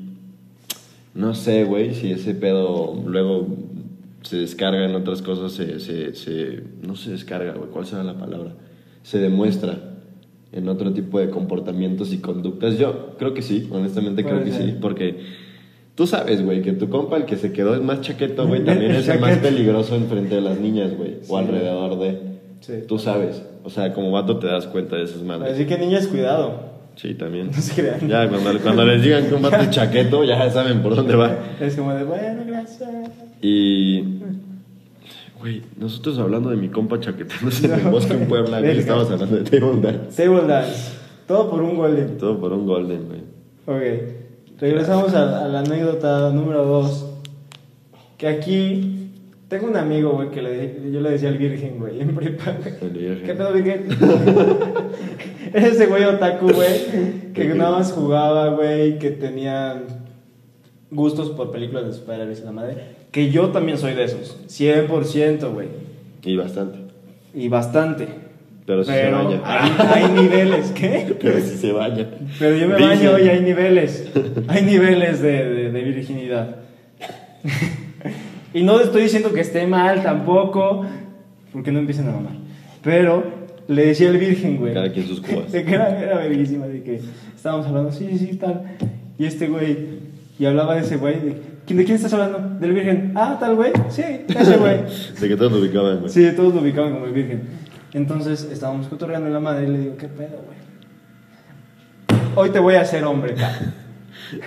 No sé, güey, si ese pedo luego se descarga en otras cosas, se. se, se- no se descarga, güey, ¿cuál será la palabra? Se demuestra en otro tipo de comportamientos y conductas. Yo creo que sí, honestamente creo Puede que ser. sí, porque. Tú sabes, güey, que tu compa, el que se quedó es más chaqueto, güey, también es el más Chaqueto. peligroso enfrente de las niñas, güey, o alrededor de. Tú sabes. O sea, como vato te das cuenta de esas madres. Así que niñas, cuidado. Sí, también. No se crean. Ya, cuando, cuando les digan que un vato es chaqueto, ya saben por dónde va. Es como de, bueno, gracias. Y. Güey, nosotros hablando de mi compa chaquetándose en el bosque en Puebla, güey, Verga. estábamos hablando de table dance. Table dance. Todo por un golden. Todo por un golden, güey. Ok, regresamos a, a la anécdota número 2. Que aquí tengo un amigo, güey, que le- yo le decía al virgen, güey, en prepa. El virgen. ¿Qué pedo, virgen? Ese güey otaku, güey, que Ok. nada más jugaba, güey, que tenía gustos por películas de superhéroes y la madre. Que yo también soy de esos, 100%, güey, Y bastante. y bastante. Pero sí se baña. hay, hay niveles, ¿qué? Pero si se baña. ah. Pero yo me Virgen. baño y hay niveles. Hay niveles de, de- de virginidad. y no estoy diciendo que esté mal tampoco, porque no empiecen a mamar. Pero le decía el virgen, güey. Cada quien sus cubas. De que era, era verguísima, de que estábamos hablando, sí, sí, tal. Y este güey, y hablaba de ese güey, de, ¿de quién estás hablando? ¿Del virgen? Ah, tal güey, sí, ese güey. De que todos lo ubicaban, güey. Sí, todos lo ubicaban como el virgen. Entonces estábamos cotorreando en la madre y le digo, ¿qué pedo, güey? Hoy te voy a hacer hombre, cabrón.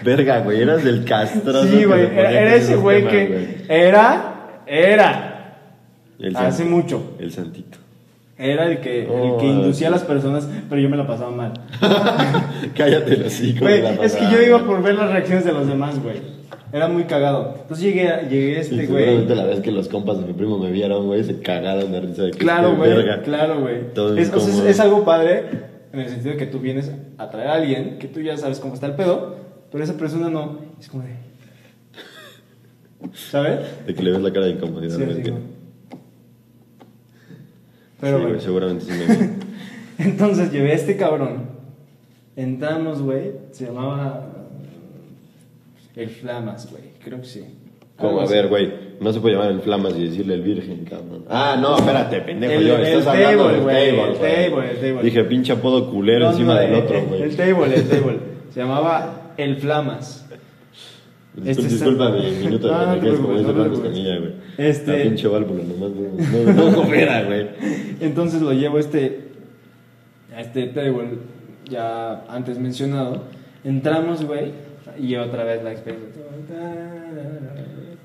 Verga, güey, eras del castroso. que Sí, le güey. Era, ponía era con ese esos güey temas, que. Era. Era. güey. El Hace san- mucho. El santito. Era el que, el Oh, que inducía a sí. las personas, pero yo me la pasaba mal. Cállate los hijos. Güey, es que yo iba por ver las reacciones de los demás, güey. Era muy cagado. Entonces llegué, a- llegué a este Y güey. seguramente la vez que los compas de mi primo me vieron, güey, se cagaron de risa de que Claro, este güey. verga. Claro, güey. Todo Es, o sea, es- incómodo. es algo padre en el sentido de que tú vienes a traer a alguien que tú ya sabes cómo está el pedo, pero esa persona no. Es como de. ¿Sabes? De que le ves la cara de incomodidad. Sí, güey, así que- como- Sí, Pero güey, bueno. seguramente sí me vio. Entonces llevé a este cabrón. Entramos, güey. Se llamaba. eh, El Flamas, güey. Creo que sí. Como, Algo a así. ver, güey, no se puede llamar en flamas y decirle el virgen, cabrón. Ah, no, espérate, pendejo, El- yo, el estás table, hablando del güey, table, el güey. table, el table. Dije, pinche apodo culero No, encima no, del eh, otro, eh, güey. El table, el table. Se llamaba El Flamas. Discul- este- Disculpa mi minuto de No, no te pendejes, como preocupes, dice no te Franco preocupes. Escamilla, güey. Este- La pinche válvula, nomás, güey. No, no coopera, güey. Entonces lo llevo a este, a este table ya antes mencionado. Entramos, güey, y otra vez la experiencia.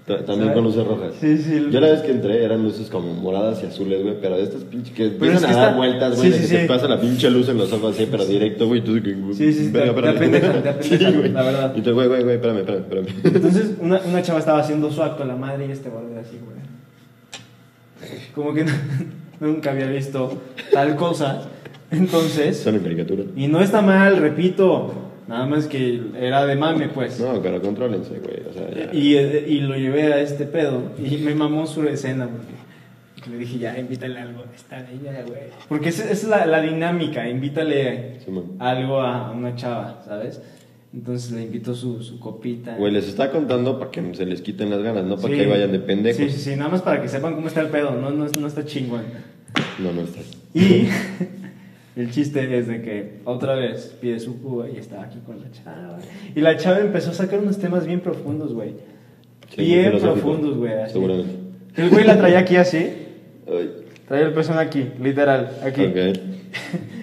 Ta- También ¿Sabes? con luces rojas. Sí, sí. Yo la vez que entré eran luces como moradas y azules, güey, pero de estas pinches que Pero empiezan es que a dar está- vueltas, güey, sí, de sí, que se sí. pasa la pinche luz en los ojos así, pero directo, güey, y tú de que, güey, Sí, sí, sí, verga, te- te espérame. apendejan, te apendejan, Sí, güey. la verdad. Y te, güey, güey, güey, espérame, espérame, espérame. Entonces una, una chava estaba haciendo su acto a la madre y este borde así, güey. Como que no- nunca había visto tal cosa. Entonces, Son en caricatura. y no está mal, repito, nada más que era de mame, pues. No, pero contrólense, güey, o sea, ya. Y, eh, y lo llevé a este pedo y me mamó su escena, porque le dije, ya, invítale algo, está de ella, güey. Porque esa esa es la, la dinámica, invítale Sí, man. algo a una chava, ¿sabes? Entonces le invitó su, su copita. Güey, les está contando para que se les quiten las ganas, no para Sí. que ahí vayan de pendejos. Sí, sí, sí, nada más para que sepan cómo está el pedo, no, no, no está chingón. No, no estás. Y el chiste es de que otra vez pide su cuba y está aquí con la chava. Y la chava empezó a sacar unos temas bien profundos, güey. Sí, muy bien filosófico, profundos, güey. así. Seguramente. El güey la traía aquí así. Ay, Traía el pezón aquí, literal, aquí. ok.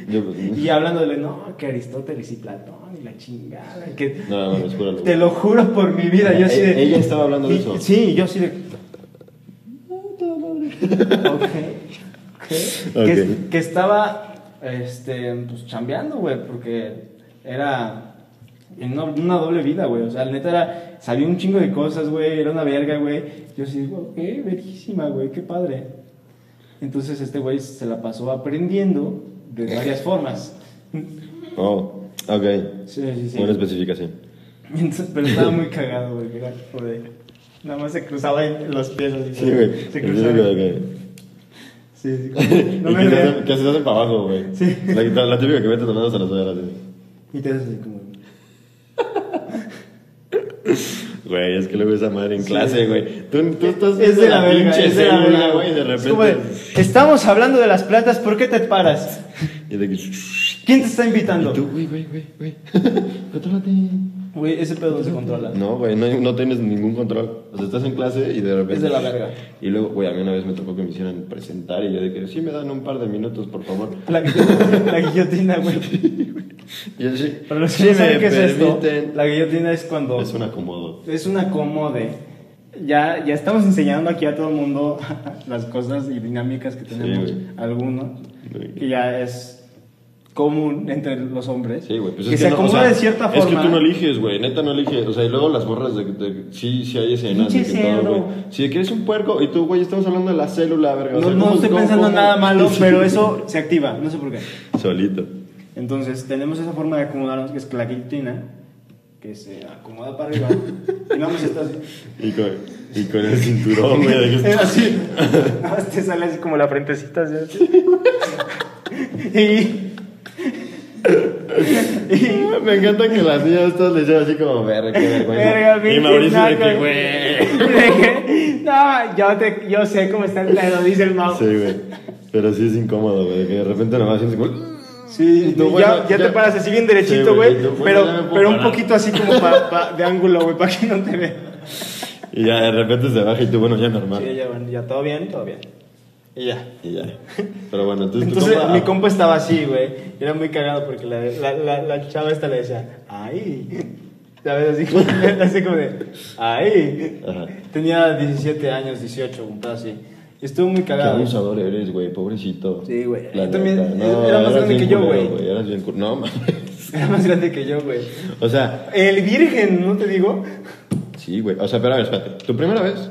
Yo- Y hablándole, no, que Aristóteles y Platón y la chingada. Que... No, no, es júralo. Te lo juro por mi vida, yo así de... Eh, ella estaba hablando de eso. Sí, yo así de... ok. ok. Ok. Que, que estaba este, pues chambeando, güey, porque era en una, una doble vida, güey. O sea, la neta era, sabía un chingo de cosas, güey, era una verga, güey. Yo sí, güey, qué verguísima, güey, qué padre. Entonces este güey se la pasó aprendiendo de varias formas. Oh, ok. Sí, sí, sí. Buena especificación. Entonces, pero estaba muy cagado, güey. Era como de- Nada más se cruzaba en los pies así. Sí, güey. Se Yo digo, cruzaba. güey. Sí, sí. como, No Y me que se vean. hacen- que se hacen para abajo, güey. Sí. La, la típica que mete tomadas a las horas, Y te haces así como. Güey, es que luego esa madre en clase, güey. Tú, tú estás Es viendo de la verga, pinche es de la célula, verga, güey, y de Es como de, repente. estamos hablando de las plantas, ¿por qué te paras? Y de que. ¿Quién te está invitando? Y tú, güey, güey, güey, güey. Contrólate. Güey, ese pedo no se controla. No, güey, no, no tienes ningún control. O sea, estás en clase y de repente. Es de la verga. Y luego, güey, a mí una vez me tocó que me hicieran presentar y yo de que, sí, me dan un par de minutos, por favor. La, guillotina- la guillotina, güey. Y yo sí. Para los que sí, no saben me qué es esto, permiten. la guillotina es cuando. Es un acomodo. Es un acomode. Ya, ya estamos enseñando aquí a todo el mundo las cosas y dinámicas que tenemos güey. algunos, Güey. que ya es común entre los hombres. Sí, güey. Pues que es se no, o acomoda sea, de cierta Es forma. que tú no eliges, güey. Neta no eliges. O sea, y luego las borras de que sí, sí hay escenas. de Pinche que todo, cerdo. güey. Si quieres un puerco y tú, güey, estamos hablando de la célula, verga. o No, sea, no ¿cómo- estoy cómo- pensando cómo? nada malo, pero eso se activa, no sé por qué. Solito. Entonces, tenemos esa forma de acomodarnos, que es la guillotina, que se acomoda para arriba. y vamos a estar así. Y con, y con el cinturón, güey. de que- Es así. Nada más te sale así como la frentecita. así, así. y. y- "Ah, Me encanta que las niñas todas le llevan así como, verga, qué vergüenza. Verga, y pinche Mauricio de que, naco. güey. de que, no, yo, te, yo sé cómo está el pedo, dice el Mau. Sí, güey. Pero sí es incómodo, güey. de Que de repente nomás sientes como. "Mm". Sí, Y tú, ya, bueno, ya te ya- paras así bien Sí, derechito, güey, güey, y tú, bueno, pero, ya me puedo pero un parar. poquito así como pa- pa- de ángulo, güey, para que no te vea. Y ya de repente se baja y tú, bueno, ya normal. ya, bueno, ya, todo bien, todo bien. Y ya. Y ya. Pero bueno, entonces, tu Entonces compa- mi compa estaba así, güey. y Era muy cagado porque la, la, la, la chava esta le decía, ¡ay! ¿Sabes? Así como, así como de, ¡ay! Ajá. Tenía 17 años, 18, un pedo así. Y estuvo muy Qué cagado. abusador eres, güey, pobrecito. Sí, güey. La Yo también- neta. era más grande bien que yo, culero, güey. Eras bien cul- No, mames. Era más grande que yo, güey. O sea, El virgen, ¿no te digo? sí, güey. O sea, pero a ver, espérate. Tu primera vez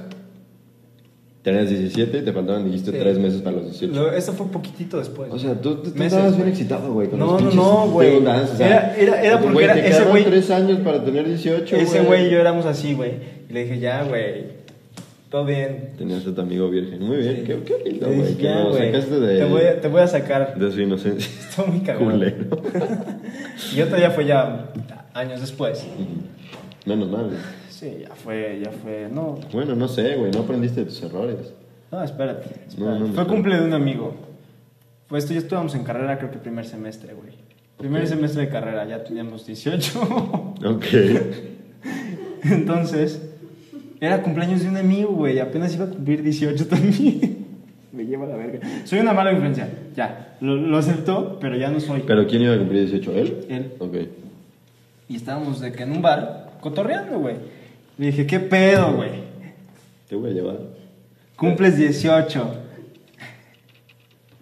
tenías 17 y te faltaban, dijiste, Sí. 3 meses para los 18. No, eso fue poquitito después. O sea, tú, tú- tú Meses, estabas bien güey. excitado, güey. con No, los no, pinches no, güey. deudas, o sea, Era- era- era porque era- te ese quedaban güey- tres años para tener 18, Ese güey y yo éramos así, güey. Y le dije, ya, güey, todo bien. Tenías a tu amigo virgen. Muy bien, Sí. qué, qué lindo, Le güey. dije, Que ya, lo güey, sacaste de, te, voy a, te voy a sacar. de su inocencia. Estuvo muy cagado. Culero. Y otra ya fue ya años después. Menos mal, güey. Sí, ya fue, ya fue. No, Bueno, no sé, güey, no aprendiste de tus errores. no, espérate. espérate. No, no, no, fue espérate. cumple de un amigo. Pues esto ya estábamos en carrera, creo que primer semestre, güey. Primer Ok. semestre de carrera, ya teníamos 18. Ok. Entonces, era cumpleaños de un amigo, güey. Apenas iba a cumplir 18 también. Me lleva la verga. Soy una mala influencia, ya. Lo, lo aceptó, pero ya no soy. ¿Pero quién iba a cumplir 18? ¿Él? Él. Ok. Y estábamos de que en un bar, cotorreando, güey. Le dije, ¿qué pedo, güey? Te voy a llevar. Cumples 18.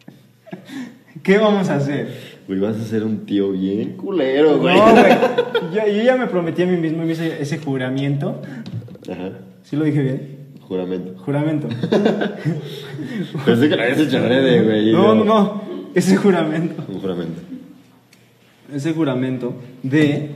¿Qué vamos a hacer? Güey, vas a ser un tío bien culero, No, güey. güey. Yo, yo ya me prometí a mí mismo hice ese, juramento. Ajá. ¿Sí lo dije bien? Juramento. Juramento. Pensé que lo habías hecho adrede, güey. y No, no, yo- no. Ese juramento. Un juramento. Ese juramento de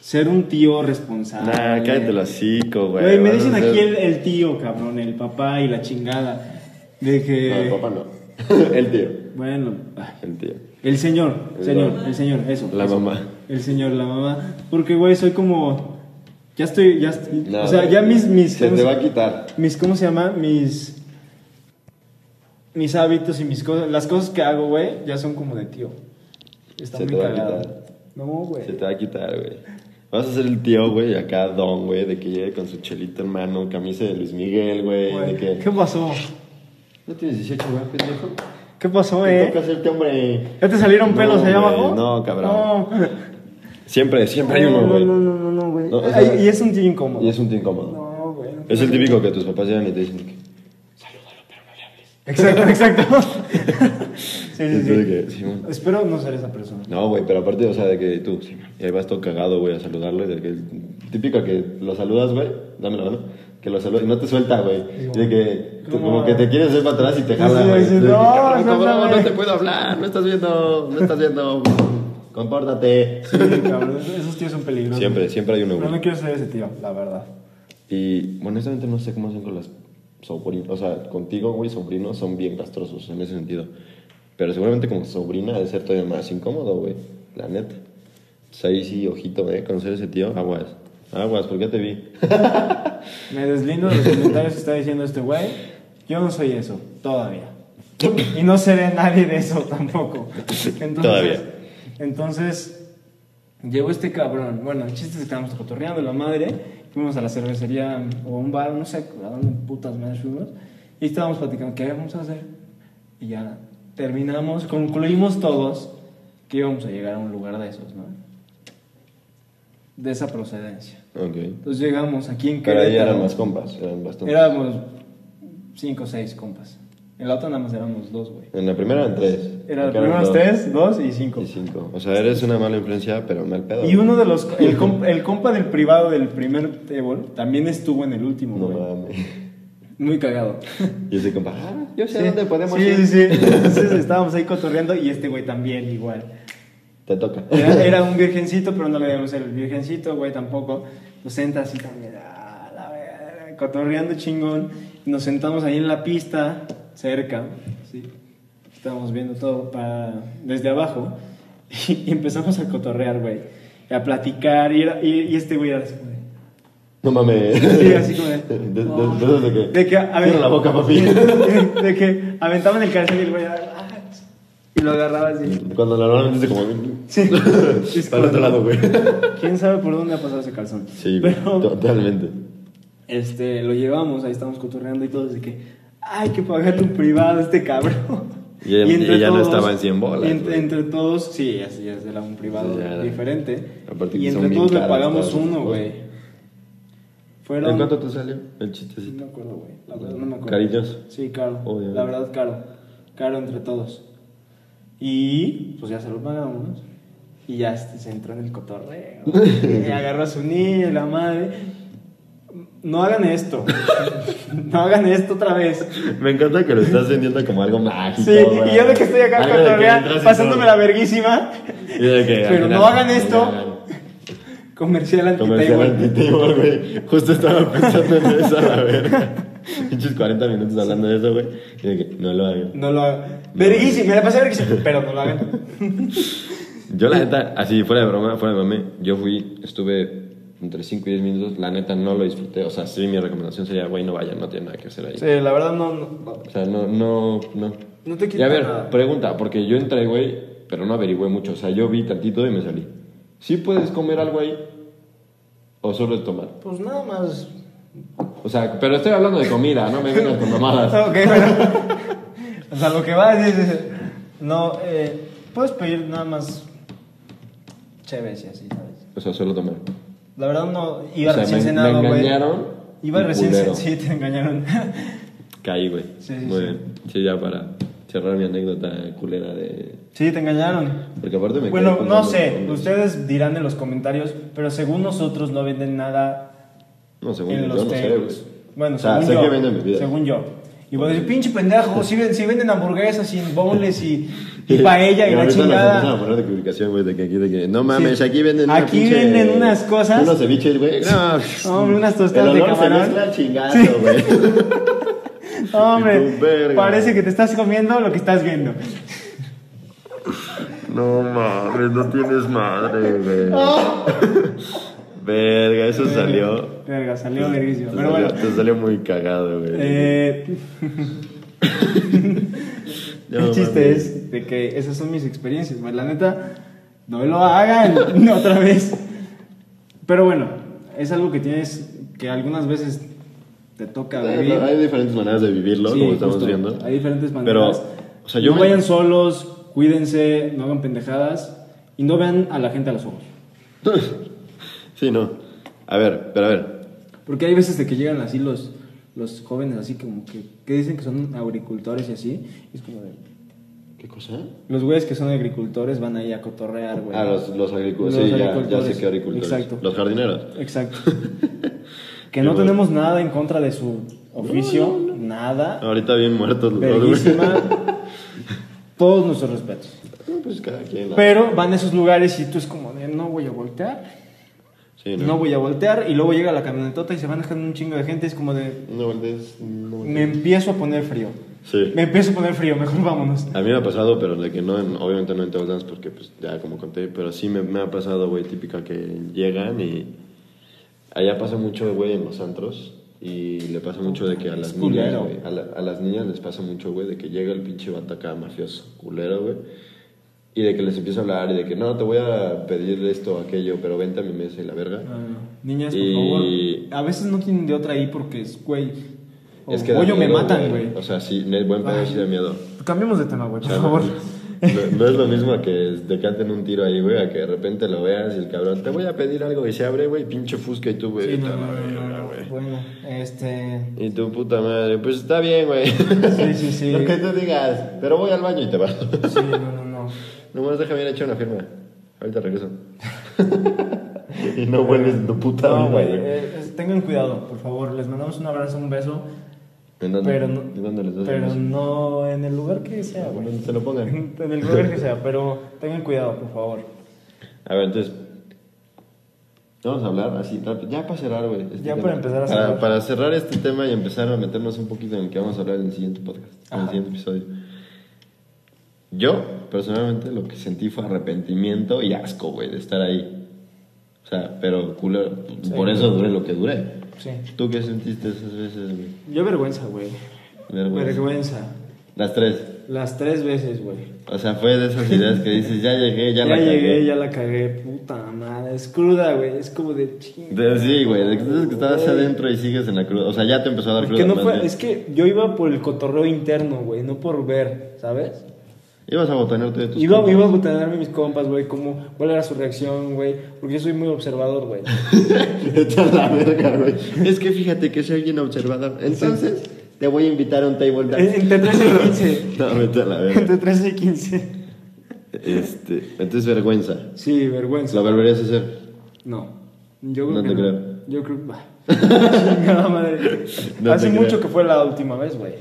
ser un tío responsable. Nah, cállate el hocico, güey. Ah, Güey, me Vas a dicen ser- aquí el, el tío, cabrón, el papá y la chingada. De No, que. el papá no. el tío. Bueno, ah, El tío. el señor, El señor, don. el señor, eso. La eso. mamá. El señor, la mamá. Porque, güey, soy como. Ya estoy, ya estoy. No, o sea, güey. ya mis. mis Se ¿cómo te se- va a quitar. mis ¿Cómo se llama? Mis. Mis hábitos y mis cosas. Las cosas que hago, güey, ya son como de tío. Está Se muy te va a cagado. quitar. No, güey. Se te va a quitar, güey. Vas a ser el tío, güey, acá don, güey, de que llegue con su chelita en mano, camisa de Luis Miguel, güey, Güey, de que... ¿Qué pasó? ¿No tienes 18, güey, pendejo? ¿Qué pasó, Te eh? toca hacerte hombre. ¿Ya te salieron No, pelos allá güey, abajo? no, cabrón. No. Siempre, siempre hay uno, No, güey. No, no, no, no, güey. No, o sea, Ay, y es un tío incómodo. Y es un tío incómodo. No, güey. no. Es el típico que tus papás llegan y te dicen que... Exacto, exacto. sí, Entonces, sí. que, Simón. Espero no ser esa persona. No, güey, pero aparte, o sea, de que tú, sí, y ahí vas todo cagado, güey, a saludarlo, y de que, típico que lo saludas, güey, dame la mano, que lo saludas y no te suelta, güey, y de que, tú como que te quieres ir para atrás y te jala, Sí, güey. sí, Y de que, no, "Cabrón, suéltame". cabrón, no te puedo hablar, no estás viendo, no estás viendo, compórtate. Sí, cabrón, esos tíos son peligrosos. Siempre, siempre hay uno, Pero no güey. quiero ser ese tío, la verdad. Y, bueno, honestamente no sé cómo hacen con las sobrinas, o sea, contigo, güey, sobrinos son bien castrosos en ese sentido, pero seguramente como sobrina ha de ser todavía más incómodo, güey, la neta. Entonces ahí sí, ojito, eh, conocer a ese tío, aguas, aguas, porque ya te vi. Me deslindo de los comentarios que está diciendo este güey. Yo no soy eso, todavía. Y no seré nadie de eso tampoco. Entonces, Todavía. Entonces, llegó este cabrón. Bueno, el chiste es que estábamos cotorreando la madre. Fuimos a la cervecería o a un bar, no sé a dónde putas madres fuimos. Y estábamos platicando, ¿qué vamos a hacer? Y ya terminamos, concluimos todos que íbamos a llegar a un lugar de esos, ¿no? De esa procedencia. Ok. Entonces llegamos aquí en Pero Querétaro. ahí eran más compas, eran bastante. Éramos cinco o seis compas. En la otra nada más éramos dos, güey. En la primera eran tres. Era los Acá eran primeros dos tres, dos y cinco. Y cinco. O sea, eres una mala influencia, pero mal pedo. Y uno de los... El, com- el compa del privado del primer table también estuvo en el último, No güey. mames. Muy cagado. Y ese compa, ah, yo sé dónde podemos sí, Sí, ir. sí, Entonces estábamos ahí cotorreando y este güey también igual. Te toca. Era, era un virgencito, pero no le debemos el virgencito, güey, tampoco. Nos senta así también, ah, la verga, cotorreando chingón. Nos sentamos ahí en la pista, cerca, sí. Estábamos viendo todo para, desde abajo. Y empezamos a cotorrear, güey. A platicar. Y, era- y- y este güey era así, güey. No mames. Sí, así como de- "Oh". De, de, de esos de que. De que, a ver. Cierra la boca, papi. De que aventaban el calzón y el güey. ah, y lo agarraba así. Cuando normalmente es como. Sí. Es Para el como- otro lado, güey. ¿Quién sabe por dónde ha pasado ese calzón? Sí, güey, Pero- totalmente. Este, lo llevamos, ahí estamos cotorreando y todo, desde que hay que pagarle un privado a este cabrón. Y él- y ya no estaba en 100 bolas, y entre, güey. entre todos, sí, ya, ya era un privado Ya era. diferente. Aparte que Y son entre bien todos le caras pagamos todas esas uno, güey. cosas. Fueron. ¿En cuánto te salió el chistecito? No me acuerdo, güey. La verdad no me acuerdo. Cariños. Sí, caro. Obviamente. La verdad, caro. Caro entre todos. Y pues ya se lo pagamos. Y ya este, se entró en el cotorreo. y agarró a su niño y la madre. No hagan esto. no hagan esto otra vez. Me encanta que lo estás vendiendo como algo mágico. Sí, y yo de que estoy acá cotorreando, pasándome la verga. verguísima. Pero no hagan esto. Comercial Comercial anti antitable, güey. Justo estaba pensando en eso, a la verga. Pinches 40 minutos hablando de eso, güey. Y de que no lo hagan. No lo hagan. Verguísima, me la pasé verguísima. Pero no lo hagan. Yo, la neta, así, fuera de broma, fuera de mame, yo fui, estuve entre 5 y 10 minutos. La neta, no lo disfruté. O sea, sí, mi recomendación sería, güey, no vayan, no tiene nada que hacer ahí. Sí, la verdad no. no. O sea, no, no, no. No te quita Y a ver, nada. pregunta, porque yo entré, güey, pero no averigüé mucho. O sea, yo vi tantito y me salí. ¿Sí puedes comer algo ahí? ¿O solo es tomar? Pues nada más. O sea, pero estoy hablando de comida, no me vengas con mamadas. Ok, pero. o sea, lo que va es. es- es- no, eh, puedes pedir nada más. Chéves y así, ¿sabes? O sea, solo tomar. La verdad no. Iba O sea, recién me, me cenado, güey. engañaron. Iba y recién culero. cenado. Sí, te engañaron. Caí, güey. Sí, sí, Muy sí. bien. Sí, ya para cerrar mi anécdota culera de... sí, te engañaron. Porque aparte me quedé Bueno, no pensando- sé. Ustedes dirán en los comentarios, pero según nosotros no venden nada No, según en yo, los no sé, tables. güey. Bueno, O sea, según sé yo. que venden bebidas. Según yo. Y voy a decir, pinche pendejo, si, ven- si venden hamburguesas y bowls y, y paella y la ahorita nos chingada. empiezan a poner de publicación, güey, de que aquí, de que, no mames, Sí. aquí venden Aquí venden unas cosas. Unos ceviches, güey. No, Hombre, unas tostadas El de olor se camarón. mezcla chingazo, güey. Y Hombre, tú, verga. parece que te estás comiendo lo que estás viendo. No mames, no tienes madre, güey. Ah. Verga, eso salió. Verga, salió verguísimo. te Pero salió- bueno, Te salió muy cagado, güey. eh, No el chiste mames. es de que esas son mis experiencias. Pues la neta, no lo hagan otra vez. Pero bueno, es algo que tienes que algunas veces te toca vivir. Hay diferentes maneras de vivirlo, Sí, como estamos justo. viendo. Hay diferentes Pero, maneras. o sea, yo no me- vayan solos, cuídense, no hagan pendejadas y no vean a la gente a los ojos. sí, no. A ver, pero a ver. Porque hay veces de que llegan así los, los jóvenes, así como que, que dicen que son agricultores y así, y es como de, ¿Qué cosa? Los güeyes que son agricultores van ahí a cotorrear, güey. Ah, los, los Los agricultores. Sí, ya- ya, agricultores. sé que agricultores. Exacto. Los jardineros. Exacto. que no Qué bueno. tenemos nada en contra de su oficio, nada. Ahorita bien muertos los dos, güey. Verguísima. Todos nuestros respetos. No, pues cada quien. la- Pero van a esos lugares y tú es como de no voy a voltear, Sí, no voy a voltear. Y luego llega la camionetota y se van dejando un chingo de gente. Es como de No voltees, no voltees. me empiezo a poner frío. Sí. Me empiezo a poner frío, mejor vámonos. A mí me ha pasado, pero de que no, en- obviamente no en Table Dance porque pues ya como conté, pero sí me, me ha pasado, güey, típica que llegan y allá pasa mucho, güey, en los antros y le pasa mucho de que a las niñas, culero. güey, a, la- a las niñas les pasa mucho, güey, de que llega el pinche vato acá mafioso, culero, güey, y de que les empieza a hablar y de que no, te voy a pedir esto o aquello, pero vente a mi mesa y la verga. Ah, Niñas, por Y- favor. A veces no tienen de otra ahí porque es, güey. O Es que da pollo me miedo, matan, güey. O sea, sí, ne- buen pedo sí da miedo. Cambiemos de tema, güey, por O sea, favor. No, no es lo mismo a que te canten un tiro ahí, güey, a que de repente lo veas y el cabrón, te voy a pedir algo y se abre, güey, pinche fusca y tú, güey. Sí, no, puta no, madre, no, no, güey. Bueno, este. Y tu puta madre, pues está bien, güey. Sí, sí, sí. Lo que tú digas, pero voy al baño y te vas. Sí, no, no, no. Nomás deja bien hecha una firma. Ahorita regreso. y no vuelves en tu puta No, vida, güey. güey. eh, es- tengan cuidado, por favor. Les mandamos un abrazo, un beso. ¿En dónde? Pero no, ¿En dónde les das pero el beso? no en el lugar que sea, güey. ¿Dónde te lo pongan? En el lugar que sea, pero tengan cuidado, por favor. A ver, entonces. Vamos a hablar así, rápido, ya para cerrar, güey. este Ya tema. para empezar a Para- cerrar. Para cerrar este tema y empezar a meternos un poquito en el que vamos a hablar en el siguiente podcast, en el siguiente episodio. Yo, personalmente, lo que sentí fue arrepentimiento y asco, güey, de estar ahí. O sea, pero culero. Por eso duré lo que duré. Sí. ¿Tú qué sentiste esas veces, güey? Yo vergüenza, güey. Vergüenza. Vergüenza. Las tres. Las tres veces, güey. O sea, fue de esas ideas que dices, ya llegué, ya, Ya, la cagué. llegué, ya la cagué. Puta madre. Es cruda, güey. Es como de ching. De- sí, güey, de que tú que estabas adentro y sigues en la cruda. O sea, ya te empezó a dar Es cruda. que, no más fue, bien. es que yo iba por el cotorreo interno, güey, no por ver, ¿sabes? Ibas a botanearte de tus Iba, compas. iba a botanearme mis compas, güey, cómo, cuál era su reacción, güey, porque yo soy muy observador, güey. Vete a la verga, güey. Es que fíjate que soy bien observador. Entonces, te voy a invitar a un table dance. Eh, Entre 13 y 15. No, vete a la verga. Entre 13 y 15. Este, entonces, vergüenza. Sí, vergüenza. ¿Lo volverías a hacer? No. Yo creo No que te no. creo. Yo creo bah. Chingada madre. No Hace te mucho creo. que fue la última vez, güey.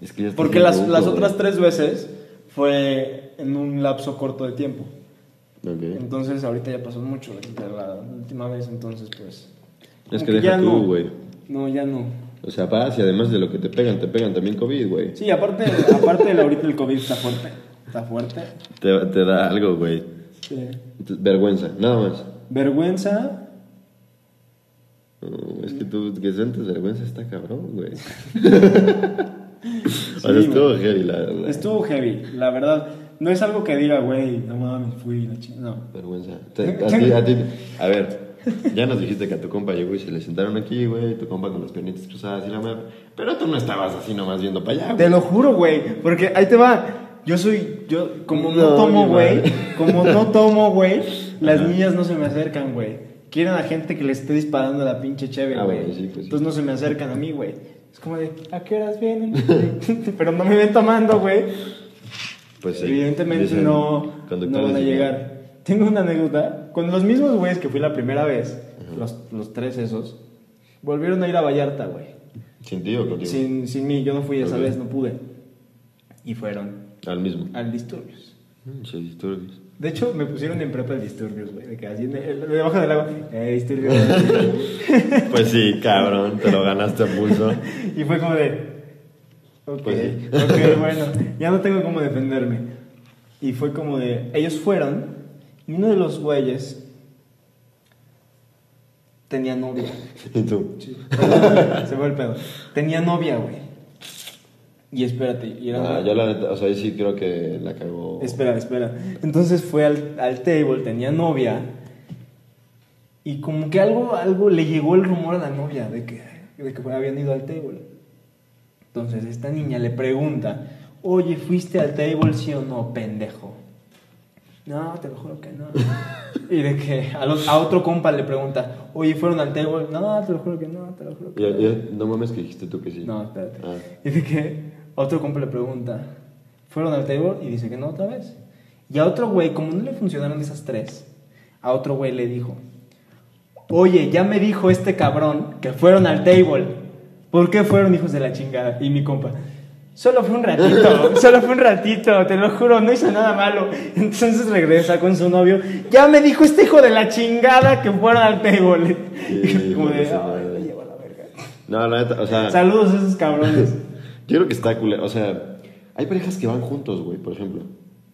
Es que ya estás Porque bien las, ruco, las güey. otras tres veces fue en un lapso corto de tiempo. Ok. Entonces, ahorita ya pasó mucho de la última vez, entonces, pues. Es como que deja ya tú, no. güey. No, ya no. O sea, vas y además de lo que te pegan, te pegan también COVID, güey. Sí, aparte, aparte del ahorita el COVID está fuerte. Está fuerte. Te, te da algo, güey. Sí. Entonces, Vergüenza, nada más. Vergüenza. No, Mm, es que tú que sientes vergüenza está cabrón, güey. o sea, güey. estuvo heavy la verdad. Estuvo heavy, la verdad. No es algo que diga, güey, no mames, fui la chingada. No. Vergüenza. Te- a, ti, a, ti- a ver, ya nos dijiste que a tu compa llegó y se le sentaron aquí, güey, tu compa con las piernitas cruzadas y la madre. Pero tú no estabas así nomás viendo para allá, Te güey. lo juro, güey. Porque ahí te va. Yo soy. Yo, como no, No, tomo, mi güey. madre. Como no tomo, güey. Las niñas no se me acercan, güey. Quieren a gente que le esté disparando la pinche cheve, Ah, güey. bueno, sí, pues sí. Entonces no se me acercan a mí, güey. Es como de, ¿a qué horas vienen? Pero no me ven tomando, güey. Pues sí. Evidentemente Dicen no, no conductores van a de que- llegar. Tengo una anécdota. Con los mismos güeyes que fui la primera vez, los, los tres esos, volvieron a ir a Vallarta, güey. ¿Sin ti o contigo? Sin, sin mí, yo no fui esa Ok. vez, no pude. Y fueron Al mismo. Mm, al disturbios. Pinche disturbios. De hecho, me pusieron en prepa el disturbios, güey. De que así, en el- debajo del agua, eh, disturbios. Pues sí, cabrón, te lo ganaste a pulso. y fue como de, ok, Pues sí. ok, bueno, ya no tengo cómo defenderme. Y fue como de, ellos fueron, y uno de los güeyes tenía novia. Y tú. Se fue el pedo. Tenía novia, güey. Y espérate, y era Ah, yo la neta, o sea, yo sí creo que la cagó. Espera, espera. Entonces fue al, al table, tenía novia. Y como que algo, algo le llegó el rumor a la novia de que, de que habían ido al table. Entonces esta niña le pregunta, oye, ¿fuiste al table sí o no, pendejo? No, te lo juro que no. Y de que a, los- a otro compa le pregunta, oye, ¿fueron al table? No, te lo juro que no, te lo juro que Y- no. y- no mames que dijiste tú que sí. No, espérate. Ah. Y de que otro compa le pregunta, Fueron al table y dice que no otra vez. Y a otro güey, como no le funcionaron esas tres, a otro güey le dijo, oye, ya me dijo este cabrón que fueron al table. ¿Por qué fueron hijos de la chingada? Y mi compa, solo fue un ratito, solo fue un ratito, te lo juro, no hizo nada malo. Entonces regresa con su novio, ya me dijo este hijo de la chingada que fueron al table. Sí, Como de, bueno, sí, "Ay, madre". me llevo a la verga. No, la neta, o Eh, sea. Saludos a esos cabrones. Yo creo que está cool. O sea, hay parejas que van juntos, güey, por ejemplo.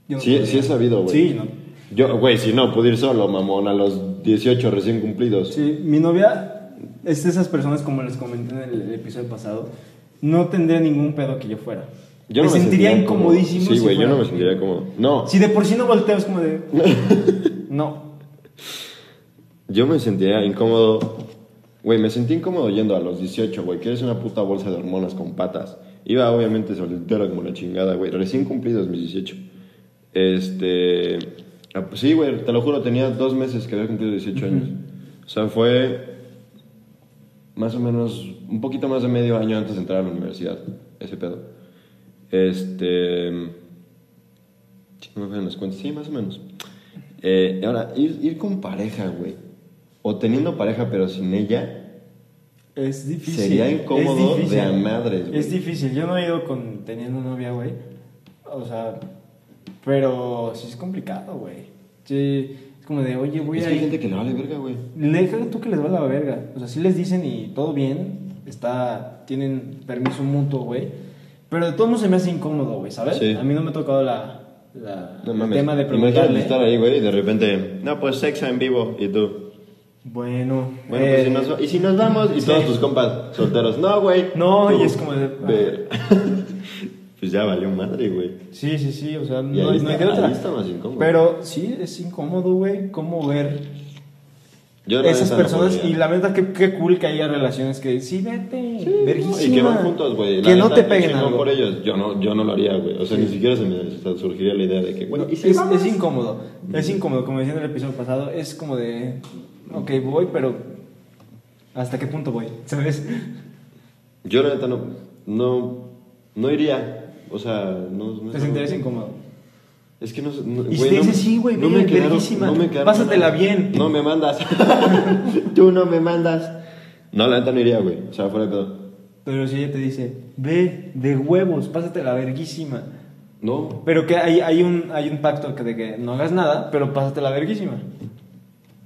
Yo no sí, podría. sí he sabido, güey. Sí, no. Yo, güey, si no, pude ir solo, mamón, a los 18 recién cumplidos. Sí, mi novia es de esas personas, como les comenté en el, el episodio pasado, no tendría ningún pedo que yo fuera. Yo me, no sentiría cómodo. incomodísimo. Sí, si güey, yo fuera no me conmigo. sentiría cómodo. No, Si de por sí no volteo, es como de. No. yo me sentiría incómodo. Güey, me sentí incómodo yendo a los 18, güey, que eres una puta bolsa de hormonas con patas. Iba obviamente soltero como la chingada, güey. Recién cumplidos mis 18. Este. ah, pues Sí, güey, te lo juro, tenía dos meses que había cumplido 18 años. O sea, fue. Más o menos. Un poquito más de medio año antes de entrar a la universidad. Ese pedo. Este. Sí, No me acuerdo las cuentas, sí, más o menos. Eh, ahora, ir, ir con pareja, güey. O teniendo pareja, pero sin ella. Es difícil. Sería incómodo Es difícil. de a madres, güey. Es difícil. Yo no he ido con teniendo novia, güey. O sea, pero sí es complicado, güey. Sí, es como de, oye, voy es a que hay ir- gente que no vale verga, güey. Le dejan tú que les va la verga. O sea, sí les dicen y todo bien. Está, tienen permiso mutuo, güey. Pero de todos modos se me hace incómodo, güey, ¿sabes? Sí. A mí no me ha tocado la, la- No el mames. tema de Imagínate preguntarle. estar ahí, güey, y de repente. No, pues sexo en vivo. Y tú. Bueno, Bueno, eh, pues si nos, va- y si nos vamos. Y sí. todos tus compas solteros. No, güey. No, Tú, y es como de- "Ah". ver. pues ya valió madre, güey. Sí, sí, sí, o sea, Y no, ahí hay- no hay está- de otra. ahí está más incómodo. Pero sí, es incómodo, güey, cómo ver Yo la esas neta no personas. podría. y la verdad, que qué cool que haya relaciones que sí, vete, verguísima. Y que van juntos, güey. La Que no neta, te qué peguen chingón algo. por ellos. Yo no, yo no lo haría, güey. O sea, ni siquiera se me o sea, surgiría la idea de que, bueno, ¿y si es, vamos? es incómodo, es incómodo, como decía en el episodio pasado, es como de, ok, voy, pero ¿hasta qué punto voy? ¿Sabes? Pues Yo la neta no, no, no iría. O sea, no... no Te sentirías incómodo. Es que no... sé, no Y si güey, te no dice, me- "Sí, güey, no ve, me quedaron- verguísima, no me quedaron- pásatela bien". No me mandas. Tú no me mandas. No, la neta no iría, güey. O sea, fuera de pedo. Pero si ella te dice, ve, de huevos, pásate la verguísima. No. Pero que hay, hay, un, hay un pacto que de que no hagas nada, pero pásate la verguísima.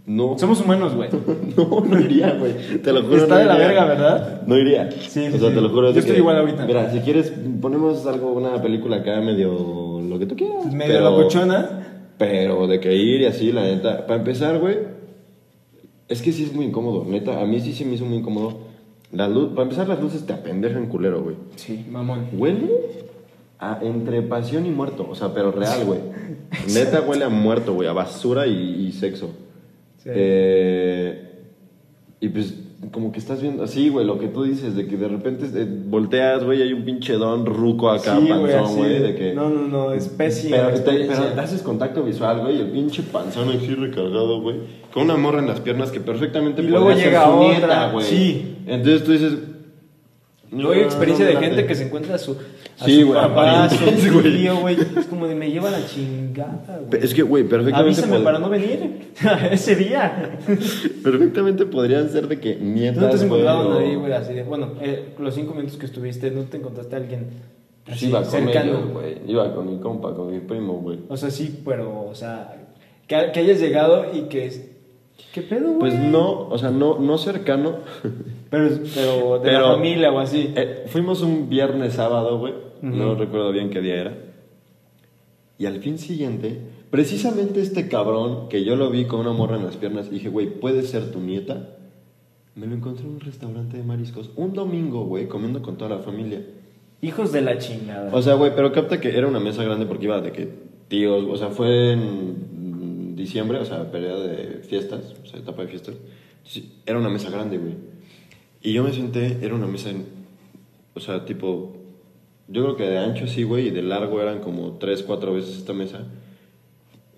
No. Somos humanos, güey. No, no iría, güey. Te lo juro. Está no de la iría. verga, ¿verdad? No iría. Sí, sí, O sea, sí. te lo juro. Yo de estoy que- igual ahorita. Mira, si quieres, ponemos algo, una película acá medio lo que tú quieras. Medio pero- locochona. Pero de que ir y así, la neta. Para empezar, güey, es que sí es muy incómodo, neta. A mí sí se me hizo muy incómodo. La luz, para empezar, las luces te apendejan culero, güey. Sí, mamón. Huele a entre pasión y muerto, o sea, pero real, güey. Neta huele a muerto, güey, a basura y, y sexo. Sí. Eh, y pues, como que estás viendo, así, güey, lo que tú dices, de que de repente eh, volteas, güey, y hay un pinche don ruco acá, Sí, güey, panzón, así güey, de- de que. No, no, no, especie. Pero, te- experiencia. pero te haces contacto visual, güey, y el pinche panzón aquí recargado, güey, con una morra en las piernas que perfectamente Y luego podría ser llega su otra, nieta, güey. sí. Entonces tú dices. Luego hay "No, experiencia no me de gente late". que se encuentra a su, a Sí, su güey, papá, a su parientes, güey. tío, güey. Es como de me lleva la chingada, Pe- güey. Es que, güey, perfectamente. Avísame pod- para no venir ese día. Perfectamente podrían ser de que Tú nietas. no te has güey, encontrado a o- nadie, güey, así de. Bueno, eh, los cinco minutos que estuviste, no te encontraste a alguien Pues así, iba con cercano. ellos, güey. Iba con mi compa, con mi primo, güey. o sea, sí, pero, o sea, que, que hayas llegado y que. es- ¿Qué pedo, güey? Pues no, o sea, no, no cercano. Pero, pero de Pero- la familia o así. Eh, fuimos un viernes sábado, güey. No recuerdo bien qué día era. Y al fin siguiente, precisamente este cabrón que yo lo vi con una morra en las piernas, dije, güey, ¿puede ser tu nieta? Me lo encontré en un restaurante de mariscos. Un domingo, güey, comiendo con toda la familia. Hijos de la chingada. O sea, güey, pero capta que era una mesa grande porque iba de que tíos, o sea, fue en diciembre, o sea, periodo de fiestas, o sea, etapa de fiestas. Sí, era una mesa grande, güey. Y yo me senté, era una mesa, en- o sea, tipo, yo creo que de ancho sí, güey, y de largo eran como tres, cuatro veces esta mesa.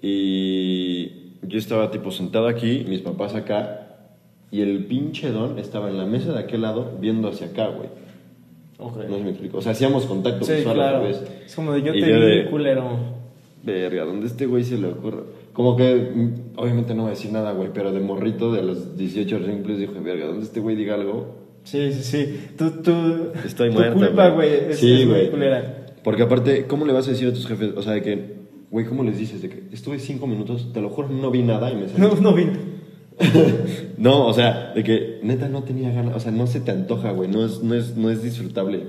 Y yo estaba tipo sentado aquí, mis papás acá, y el pinche don estaba en la mesa de aquel lado viendo hacia acá, güey. Ok. No sé si me explico. O sea, hacíamos contacto Sí, visual a claro. través. Es como de yo pues. Y te yo vi, de- culero. Verga, ¿dónde este güey se le ocurre? Como que, mm, obviamente no voy a decir nada, güey, pero de morrito de los 18 simples dije, verga, ¿dónde este güey diga algo? Sí, sí, sí. Tú, tú. Estoy tu muerto. culpa, güey. es- Sí, es muy güey. culera. Porque aparte, ¿cómo le vas a decir a tus jefes? O sea, de que, güey, ¿cómo les dices? De que estuve cinco minutos, te lo juro, no vi nada y me salí. No, no vi. No, o sea, de que neta no tenía ganas, o sea, no se te antoja, güey, no es, no es, no es disfrutable.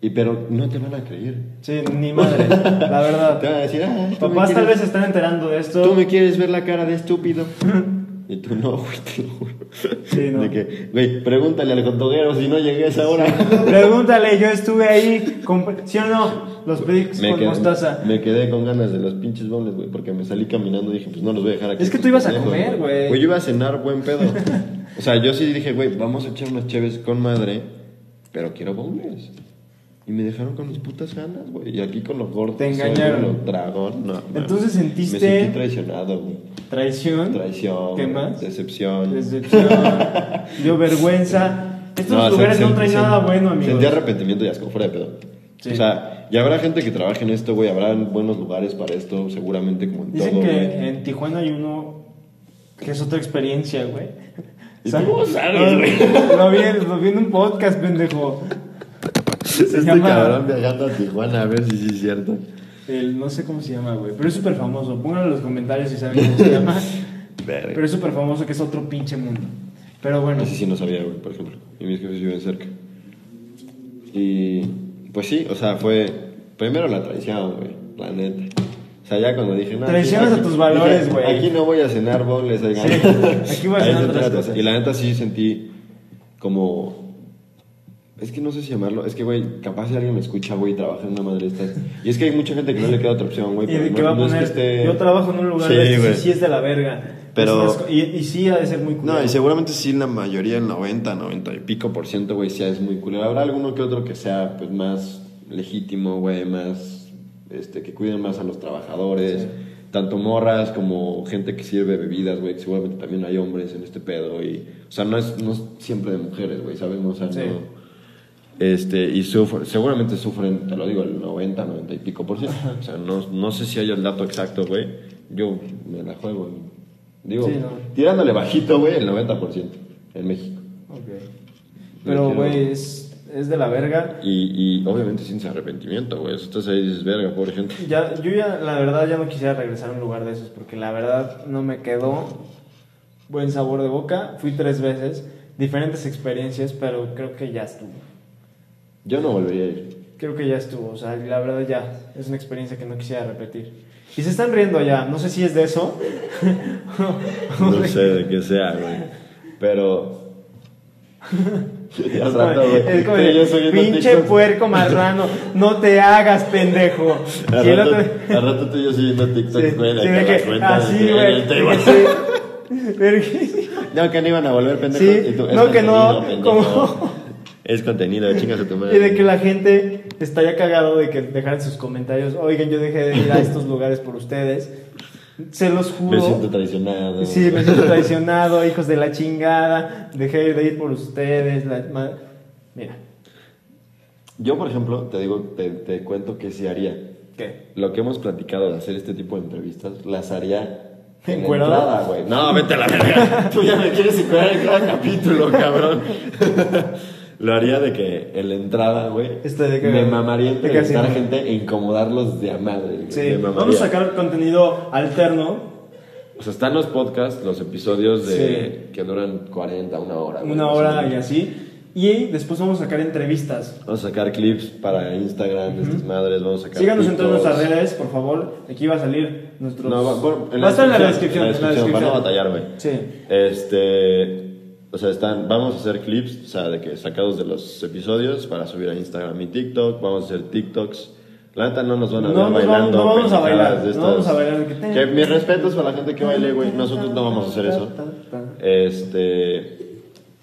Y pero no te van a creer. Sí, ni madre. La Te verdad. van a decir, ah, tú me Papás tal quieres- vez se están enterando de esto. Tú me quieres ver la cara de estúpido. Y tú no, güey, te lo juro. Sí, no. De que, güey, pregúntale al contoguero si no llegué a esa hora. Pregúntale, yo estuve ahí. comp- ¿Sí o no? Los pedí con mostaza. me quedé con ganas de los pinches bombles, güey, porque me salí caminando y dije, pues no los voy a dejar aquí. Es que tú ibas estos a pendejos, comer, güey. Güey, yo iba a cenar buen pedo. o sea, yo sí dije, güey, vamos a echar unas cheves con madre, pero quiero bombles. Y me dejaron con mis putas ganas, güey. Y aquí con los gordos. Te engañaron. Lo dragón, no. mames. Entonces sentiste- Me sentí traicionado, güey. Traición. Traición. ¿Qué güey, más? Decepción. Decepción. Dio vergüenza. Estos No, o sea, lugares sen- no traen sen- nada bueno, amigos. Sentí arrepentimiento y asco fuera de pedo. Sí. O sea, y habrá gente que trabaje en esto, güey. Habrá buenos lugares para esto, seguramente, como en Dicen todo. que güey. en Tijuana hay uno que es otra experiencia, güey. ¿Y ¿Sabes? tú cómo sabes, güey? Lo vi, en- lo vi en un podcast, pendejo. se este llama- cabrón viajando a Tijuana, a ver si sí es cierto. El- no sé cómo se llama, güey. Pero es súper famoso. Pónganlo en los comentarios si saben cómo se llama. Verga. Pero es súper famoso que es otro pinche mundo. Pero bueno. Ese sí no sabía, güey, por ejemplo. Y mis jefes viven cerca. Y pues sí, o sea, fue primero la traición, güey, la neta. O sea, ya cuando dije, nada. Traicionas a tus valores, güey. Aquí no voy a cenar boles, oigan. Sí, aquí voy a Ahí cenar se otras trata. cosas. Y la neta sí sentí como. Es que no sé si llamarlo. Es que, güey, capaz si alguien me escucha, güey, y trabaja en una madre de estas. Y es que hay mucha gente que no le queda otra opción, güey. y de pero que no- va a no es poner. esté- Yo trabajo en un lugar Sí, de estos y güey. sí es de la verga. Pero- Es una co- y, y sí ha de ser muy culero. No, y seguramente sí la mayoría, el 90, 90 y pico por ciento, güey, sí es muy culero. Habrá alguno que otro que sea, pues, más legítimo, güey, más, este, que cuiden más a los trabajadores, tanto morras como gente que sirve bebidas, güey, que seguramente también hay hombres en este pedo y, o sea, no es, no es siempre de mujeres, güey, sabemos, o sea, Sí. no... Este, y sufren, seguramente sufren, te lo digo, el 90, 90 y pico por ciento. O sea, no, no sé si hay el dato exacto, güey. Yo me la juego. Digo, Sí, no. tirándole bajito, güey, el 90 por ciento en México. Ok. Pero, güey, es, es de la verga. Y, y obviamente sin arrepentimiento, güey. Estás ahí y dices, verga, pobre gente. Ya, yo ya, la verdad, ya no quisiera regresar a un lugar de esos porque la verdad no me quedó buen sabor de boca. Fui tres veces, diferentes experiencias, pero creo que ya estuvo. Yo no volvería a ir. Creo que ya estuvo, o sea, la verdad ya es una experiencia que no quisiera repetir. Y se están riendo ya, no sé si es de eso. No sé de qué sea, güey. Pero. Es como- es como de, pinche puerco marrano, no te hagas pendejo. Al Y el rato, otro- al rato tú y yo subiendo TikTok, Sí, güey, de sí, que de la que- cuenta así, de- güey. del table. Sí. Verga. No, que no iban a volver pendejos. Sí, Y tú, es no, que no, contenido, pendejo. como- Es contenido, chingas a tu madre. Y de que la gente estaría cagado de que dejaran sus comentarios, oigan, yo dejé de ir a estos lugares por ustedes. Se los juro. Me siento traicionado. Sí, me siento traicionado, hijos de la chingada. Dejé de ir por ustedes. la ma- Mira, Yo, por ejemplo, te digo, te, te cuento que sí haría. ¿qué? Lo que hemos platicado de hacer este tipo de entrevistas, las haría en la ¿Encuerado? entrada, güey. No, vete a la verga. Tú ya me quieres encuadrar en cada capítulo, cabrón. Lo haría de que en la entrada, güey, Este, de que- me mamaría de que así, entrevistar a ¿no? gente e incomodarlos de a madre. güey. Sí, Me mamaría. vamos a sacar contenido alterno. O sea, están los podcasts, los episodios de que duran 40, una hora. güey, Una más o hora menos. y así. Y después vamos a sacar entrevistas. Vamos a sacar clips para Instagram de estas madres, vamos a sacar Síganos en todas TikToks. nuestras redes, por favor. Aquí va a salir nuestros. No, va, bueno, Va a estar en la descripción. en la descripción, para no batallar, güey. Sí. Este, o sea, están, vamos a hacer clips, o sea, de que sacados de los episodios para subir a Instagram y TikTok, vamos a hacer TikToks. La neta no nos van a No ver nos bailando. vamos- no vamos a pendejadas bailar, de no vamos estas. a bailar, que te- Que mis respetos para la gente que baile, güey. Nosotros no vamos a hacer eso. Este,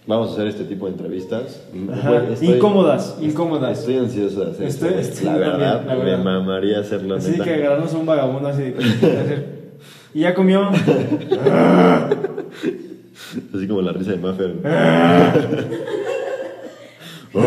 vamos a hacer este tipo de entrevistas. Ajá, Güey, estoy- incómodas, incómodas. Estoy ansioso de hacer Estoy- esto, güey. estoy la, también, verdad, la verdad. me mamaría hacerlo. así neta. que agarrarnos a un vagabundo así. de- hacer, Y ya comió. Así como la risa de Maffer. güey.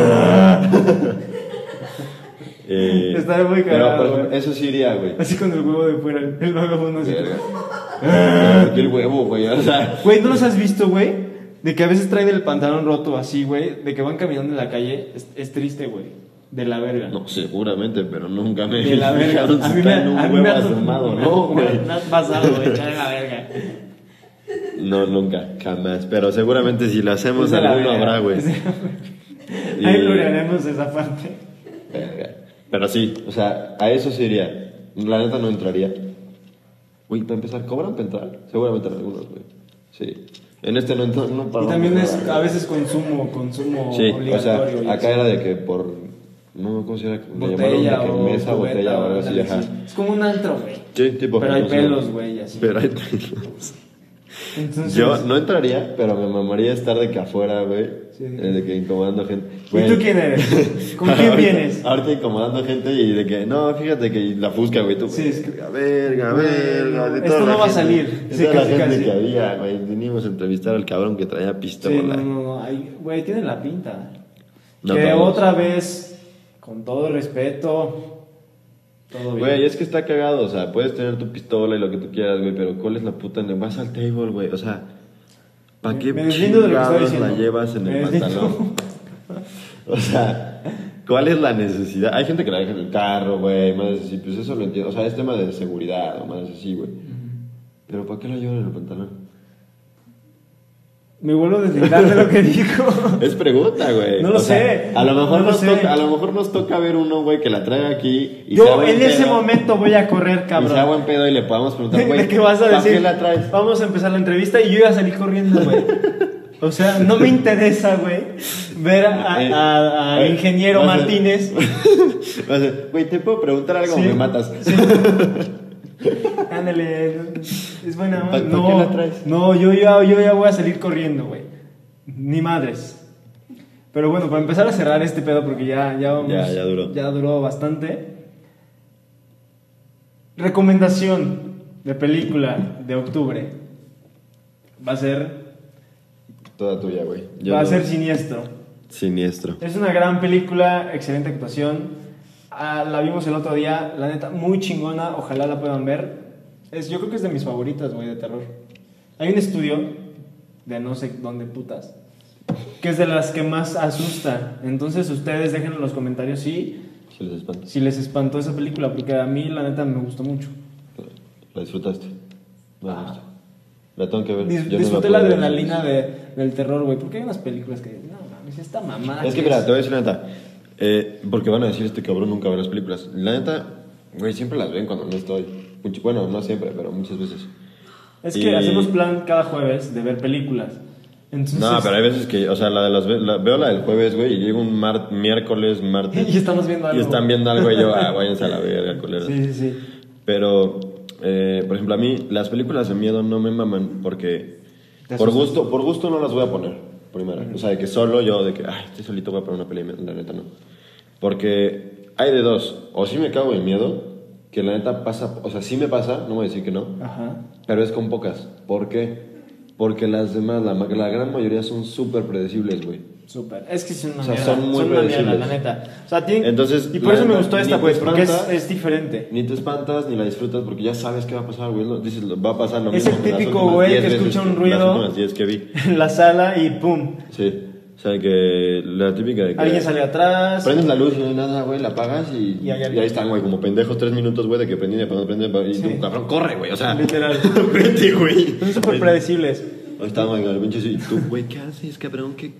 Eh, Estaría muy pero, cagado, por ejemplo, güey. eso sí iría, güey. Así con el huevo de fuera, el vagabundo así. Verga. Yo el huevo, güey. O sea, Güey, ¿no los has visto, güey? De que a veces traen el pantalón roto así, güey. De que van caminando en la calle. Es, es triste, güey. De la verga. no, seguramente, pero nunca me. De la verga. fijaron si traen un a mí huevo ha to- asomado, me- ¿no, me- güey? Me ha pasado, güey. Echar en la verga. No, nunca, jamás. Pero seguramente si lo hacemos, Es de la alguno verga. habrá, güey. Es de la verga. Ahí Y- gloriaremos esa parte. Verga. Pero sí, o sea, a eso sí iría. La neta no entraría. Uy, para empezar, ¿cobran para entrar? Seguramente en algunos, güey. Sí. En este no entro, no Y pagamos también es nada. a veces consumo, consumo Sí, o obligatorio. y sea, acá eso. era de que por. No, ¿cómo se llama? Le llamaron de botella que o mesa, cubeta botella o o algo así, ándale, ajá. sí. Es como un antro, güey. Sí, tipo. Pero hay no sé. pelos, güey, y así. Pero hay pelos. Entonces, Yo no entraría, pero me mamaría estar de que afuera, güey. Sí. eh, De que incomodando gente. ¿Y tú quién eres? ¿Con quién Ahorita- vienes? Ahorita incomodando gente y de que, no, fíjate que la fusca, güey, tú. Sí, güey, es que- verga, verga. de Esto toda no la va a gente- salir. de Sí, toda la casi, gente casi. que había, güey. Vinimos a entrevistar al cabrón que traía pistola. Sí, no, no, no. ay, Güey, tiene la pinta. No que todos. otra vez, con todo respeto, todo bien. Güey, es que está cagado, o sea, puedes tener tu pistola y lo que tú quieras, güey, pero ¿cuál es la puta? Ne- Vas al table, güey, o sea, ¿para qué Me deslindo de lo que estaba chingados la diciendo. llevas en Me el deslindo. pantalón? O sea, ¿cuál es la necesidad? Hay gente que la deja en el carro, güey, más así, pues eso lo entiendo, o sea, es tema de seguridad o más así, güey. Pero ¿para qué la llevan en el pantalón? Me vuelvo a deslindar de lo que dijo. Es pregunta, güey. No lo O sea, sé. A lo mejor No lo nos sé. toca, a lo mejor nos toca ver uno, güey, que la traiga aquí y sea Yo buen en ese pedo, momento voy a correr, Y sea cabrón. buen pedo y le podamos preguntar, güey, ¿De qué vas a ¿pa' decir? qué la traes? Vamos a empezar la entrevista y yo iba a salir corriendo, güey. O sea, no me interesa, güey, ver a- Eh, a- al oye, ingeniero vas a- Martínez. vas a- Güey, ¿te puedo preguntar algo Sí. o me matas? Ándale, es buena ¿Pa- onda. pa' No, qué la traes? no yo, ya, yo ya voy a salir corriendo, güey. Ni madres. Pero bueno, para empezar a cerrar este pedo, porque ya, ya vamos. Ya, ya duró. Ya duró bastante. Recomendación de película de octubre. Va a ser. Toda tuya, güey. Yo va a no. ser siniestro. Siniestro. Es una gran película, excelente actuación. Ah, la vimos el otro día, la neta, muy chingona, ojalá la puedan ver. Es, yo creo que es de mis favoritas, güey, de terror. Hay un estudio de no sé dónde putas, que es de las que más asusta. Entonces ustedes dejen en los comentarios si, Se les espanta. si les espantó esa película, porque a mí la neta me gustó mucho. La disfrutaste. Me gusta. La tengo que ver. Dis- Pues, Yo no Ah. disfruté puedo la ver. adrenalina de- del terror, güey, porque hay unas películas que, no mames, esta mamada. Es que mira, te voy a decir la neta. Eh, porque van a decir este cabrón nunca ve las películas. La neta, güey, siempre las ven cuando no estoy. Mucho- Bueno, no siempre, pero muchas veces. Es que Y- hacemos plan cada jueves de ver películas. Entonces, No, pero hay veces que, o sea, la de las ve- la- veo la del jueves, güey, y llego un mar- miércoles, martes. Y estamos viendo algo. Y están viendo algo y yo, ah, váyanse a la verga, culero. Sí, sí, sí. Pero, eh, por ejemplo, a mí las películas de miedo no me maman porque Te por asustas. gusto, por gusto no las voy a poner, primero. O sea, de que solo yo, de que, ay, estoy solito voy a poner una peli, de miedo", la neta no. Porque hay de dos, o sí me cago en miedo, que la neta pasa, o sea, sí me pasa, no voy a decir que no, Ajá. pero es con pocas. ¿Por qué? Porque las demás, la, ma- la gran mayoría son súper predecibles, güey. Súper. Es que son una O sea, mierda. son muy una mierda, predecibles. la neta. O sea, tienen- Entonces, y por la eso me neta, gustó ni esta, te pues, porque es, espanta, es diferente. Ni te espantas ni la disfrutas porque ya sabes qué va a pasar, güey. Lo- Dices, lo- va a pasar lo Es mismo. el que las típico últimas güey 10 que veces- escucha un Las ruido. últimas 10 que vi. En la sala y pum. Sí. O sea, que la típica de que. Alguien sale atrás. Prendes la luz y no hay nada, güey, la apagas y, Y ahí y ahí están, güey, como pendejos, tres minutos, güey, de que prendí, apagó, prendí, apagó, y Sí. tú, cabrón, corre, güey, o sea, Literal. vete, güey. Son súper predecibles. Ahí está, güey, el pinche así, y tú, güey, ¿qué haces, cabrón? ¿Qué?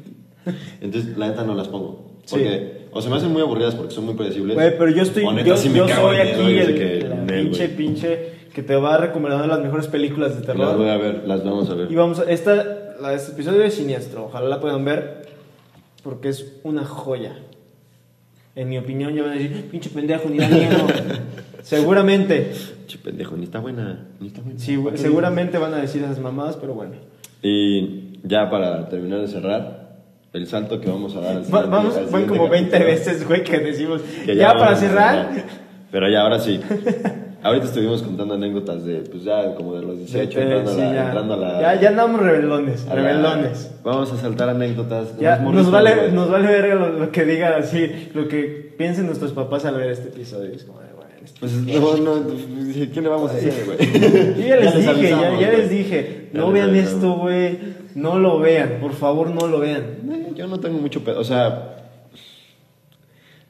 Entonces, la neta no las pongo. Sí. Porque, o se me hacen muy aburridas porque son muy predecibles. Güey, pero yo estoy. O neta, yo sí me yo cago soy en miedo, aquí y es el, de que, la "Nel, pinche, güey". pinche que te va recomendando las mejores películas de Las terror. voy a ver, las vamos a ver. Y vamos a. Esta, la de este episodio es siniestro. Ojalá la puedan ver. Porque es una joya. En mi opinión, ya van a decir, pinche pendejo, ni da miedo. seguramente. Che, pendejo, ni está buena, ni está buena. Sí, güey, seguramente van a decir esas mamadas, pero bueno. Y ya para terminar de cerrar, el salto que vamos a dar. al Va- siguiente- vamos, al van siguiente como 20 capítulo, veces, güey, que decimos. que ya vamos para a cerrar. Pero ya, ahora sí. Ahorita estuvimos contando anécdotas de, pues ya, como de los 18, Eh, entrando, sí, a la, ya. entrando a la. Ya, ya andamos rebeldones, a la- rebeldones. Vamos a saltar anécdotas. Ya, Los morritos, nos, vale, güey. nos vale verga lo, lo que digan así, lo que piensen nuestros papás al ver este episodio. Es como de, bueno, este- Pues no, no, ¿qué le vamos a hacer, güey? Yo ya les dije, ya- avisamos, ya, güey. les dije, Ya no les vean avisamos. esto, güey, no lo vean, por favor no lo vean. Eh, Yo no tengo mucho pedo, o sea,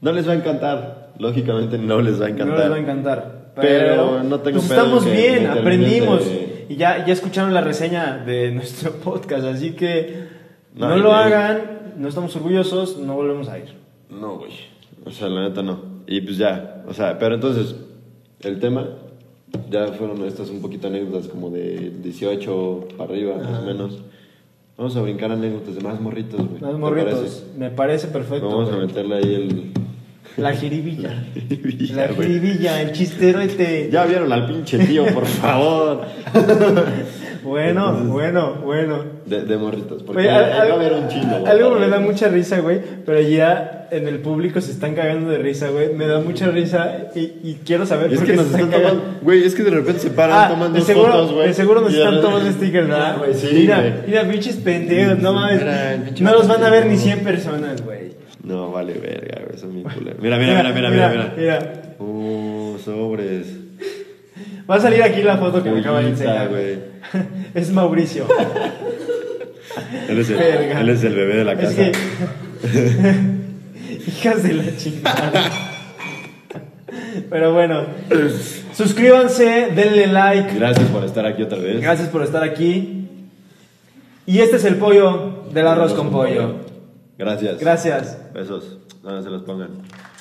no les va a encantar, lógicamente no les va a No encantar. les va a encantar. Pero no tengo pues pedo en estamos que bien, me terminen aprendimos. de- Y ya, ya escucharon la reseña de nuestro podcast, así que no, No, y lo de- hagan, no estamos orgullosos, no volvemos a ir. No, güey, o sea, la neta no. Y pues ya, o sea, pero entonces, el tema, ya fueron estas un poquito anécdotas como de 18 para arriba, más o menos. Vamos a brincar anécdotas de más morritos, güey. Los ¿te morritos, parece? me parece perfecto. Vamos a güey. meterle ahí La jiribilla. el... La güey. jiribilla, el chistero este. Ya vieron al pinche tío, por favor. Bueno, bueno, bueno. De, de morritos, porque Oye, al- ahí al- va a haber un chingo. güey. Algo me da mucha risa, güey, pero ya en el público se están cagando de risa, güey. Me da mucha risa y, y quiero saber Y Es por que qué nos se están están cagando. tomando. Güey, es que de repente se paran, Ah, toman de dos seguro, fotos, güey. de seguro nos y de están repente- tomando stickers, ¿verdad? Ah, güey, sí, mira, güey. mira, pinches pendejos, no mames. Mira, el pinche No los van a ver ni pendejo. 100 personas, güey. No, vale, verga, güey, son bien culeros. Mira, mira, mira, mira, mira. mira. mira. Uh, sobres. Va a salir aquí la foto que me acaba de Joyita, enseñar. güey. Es Mauricio. Él es, el, Verga. él es el bebé de la Es casa. que. Hijas de la chingada. Pero bueno, suscríbanse, denle like. Gracias por estar aquí otra vez. Gracias por estar aquí. Y este es el pollo del arroz con pollo. Gracias. Gracias. Besos. No, no se los pongan.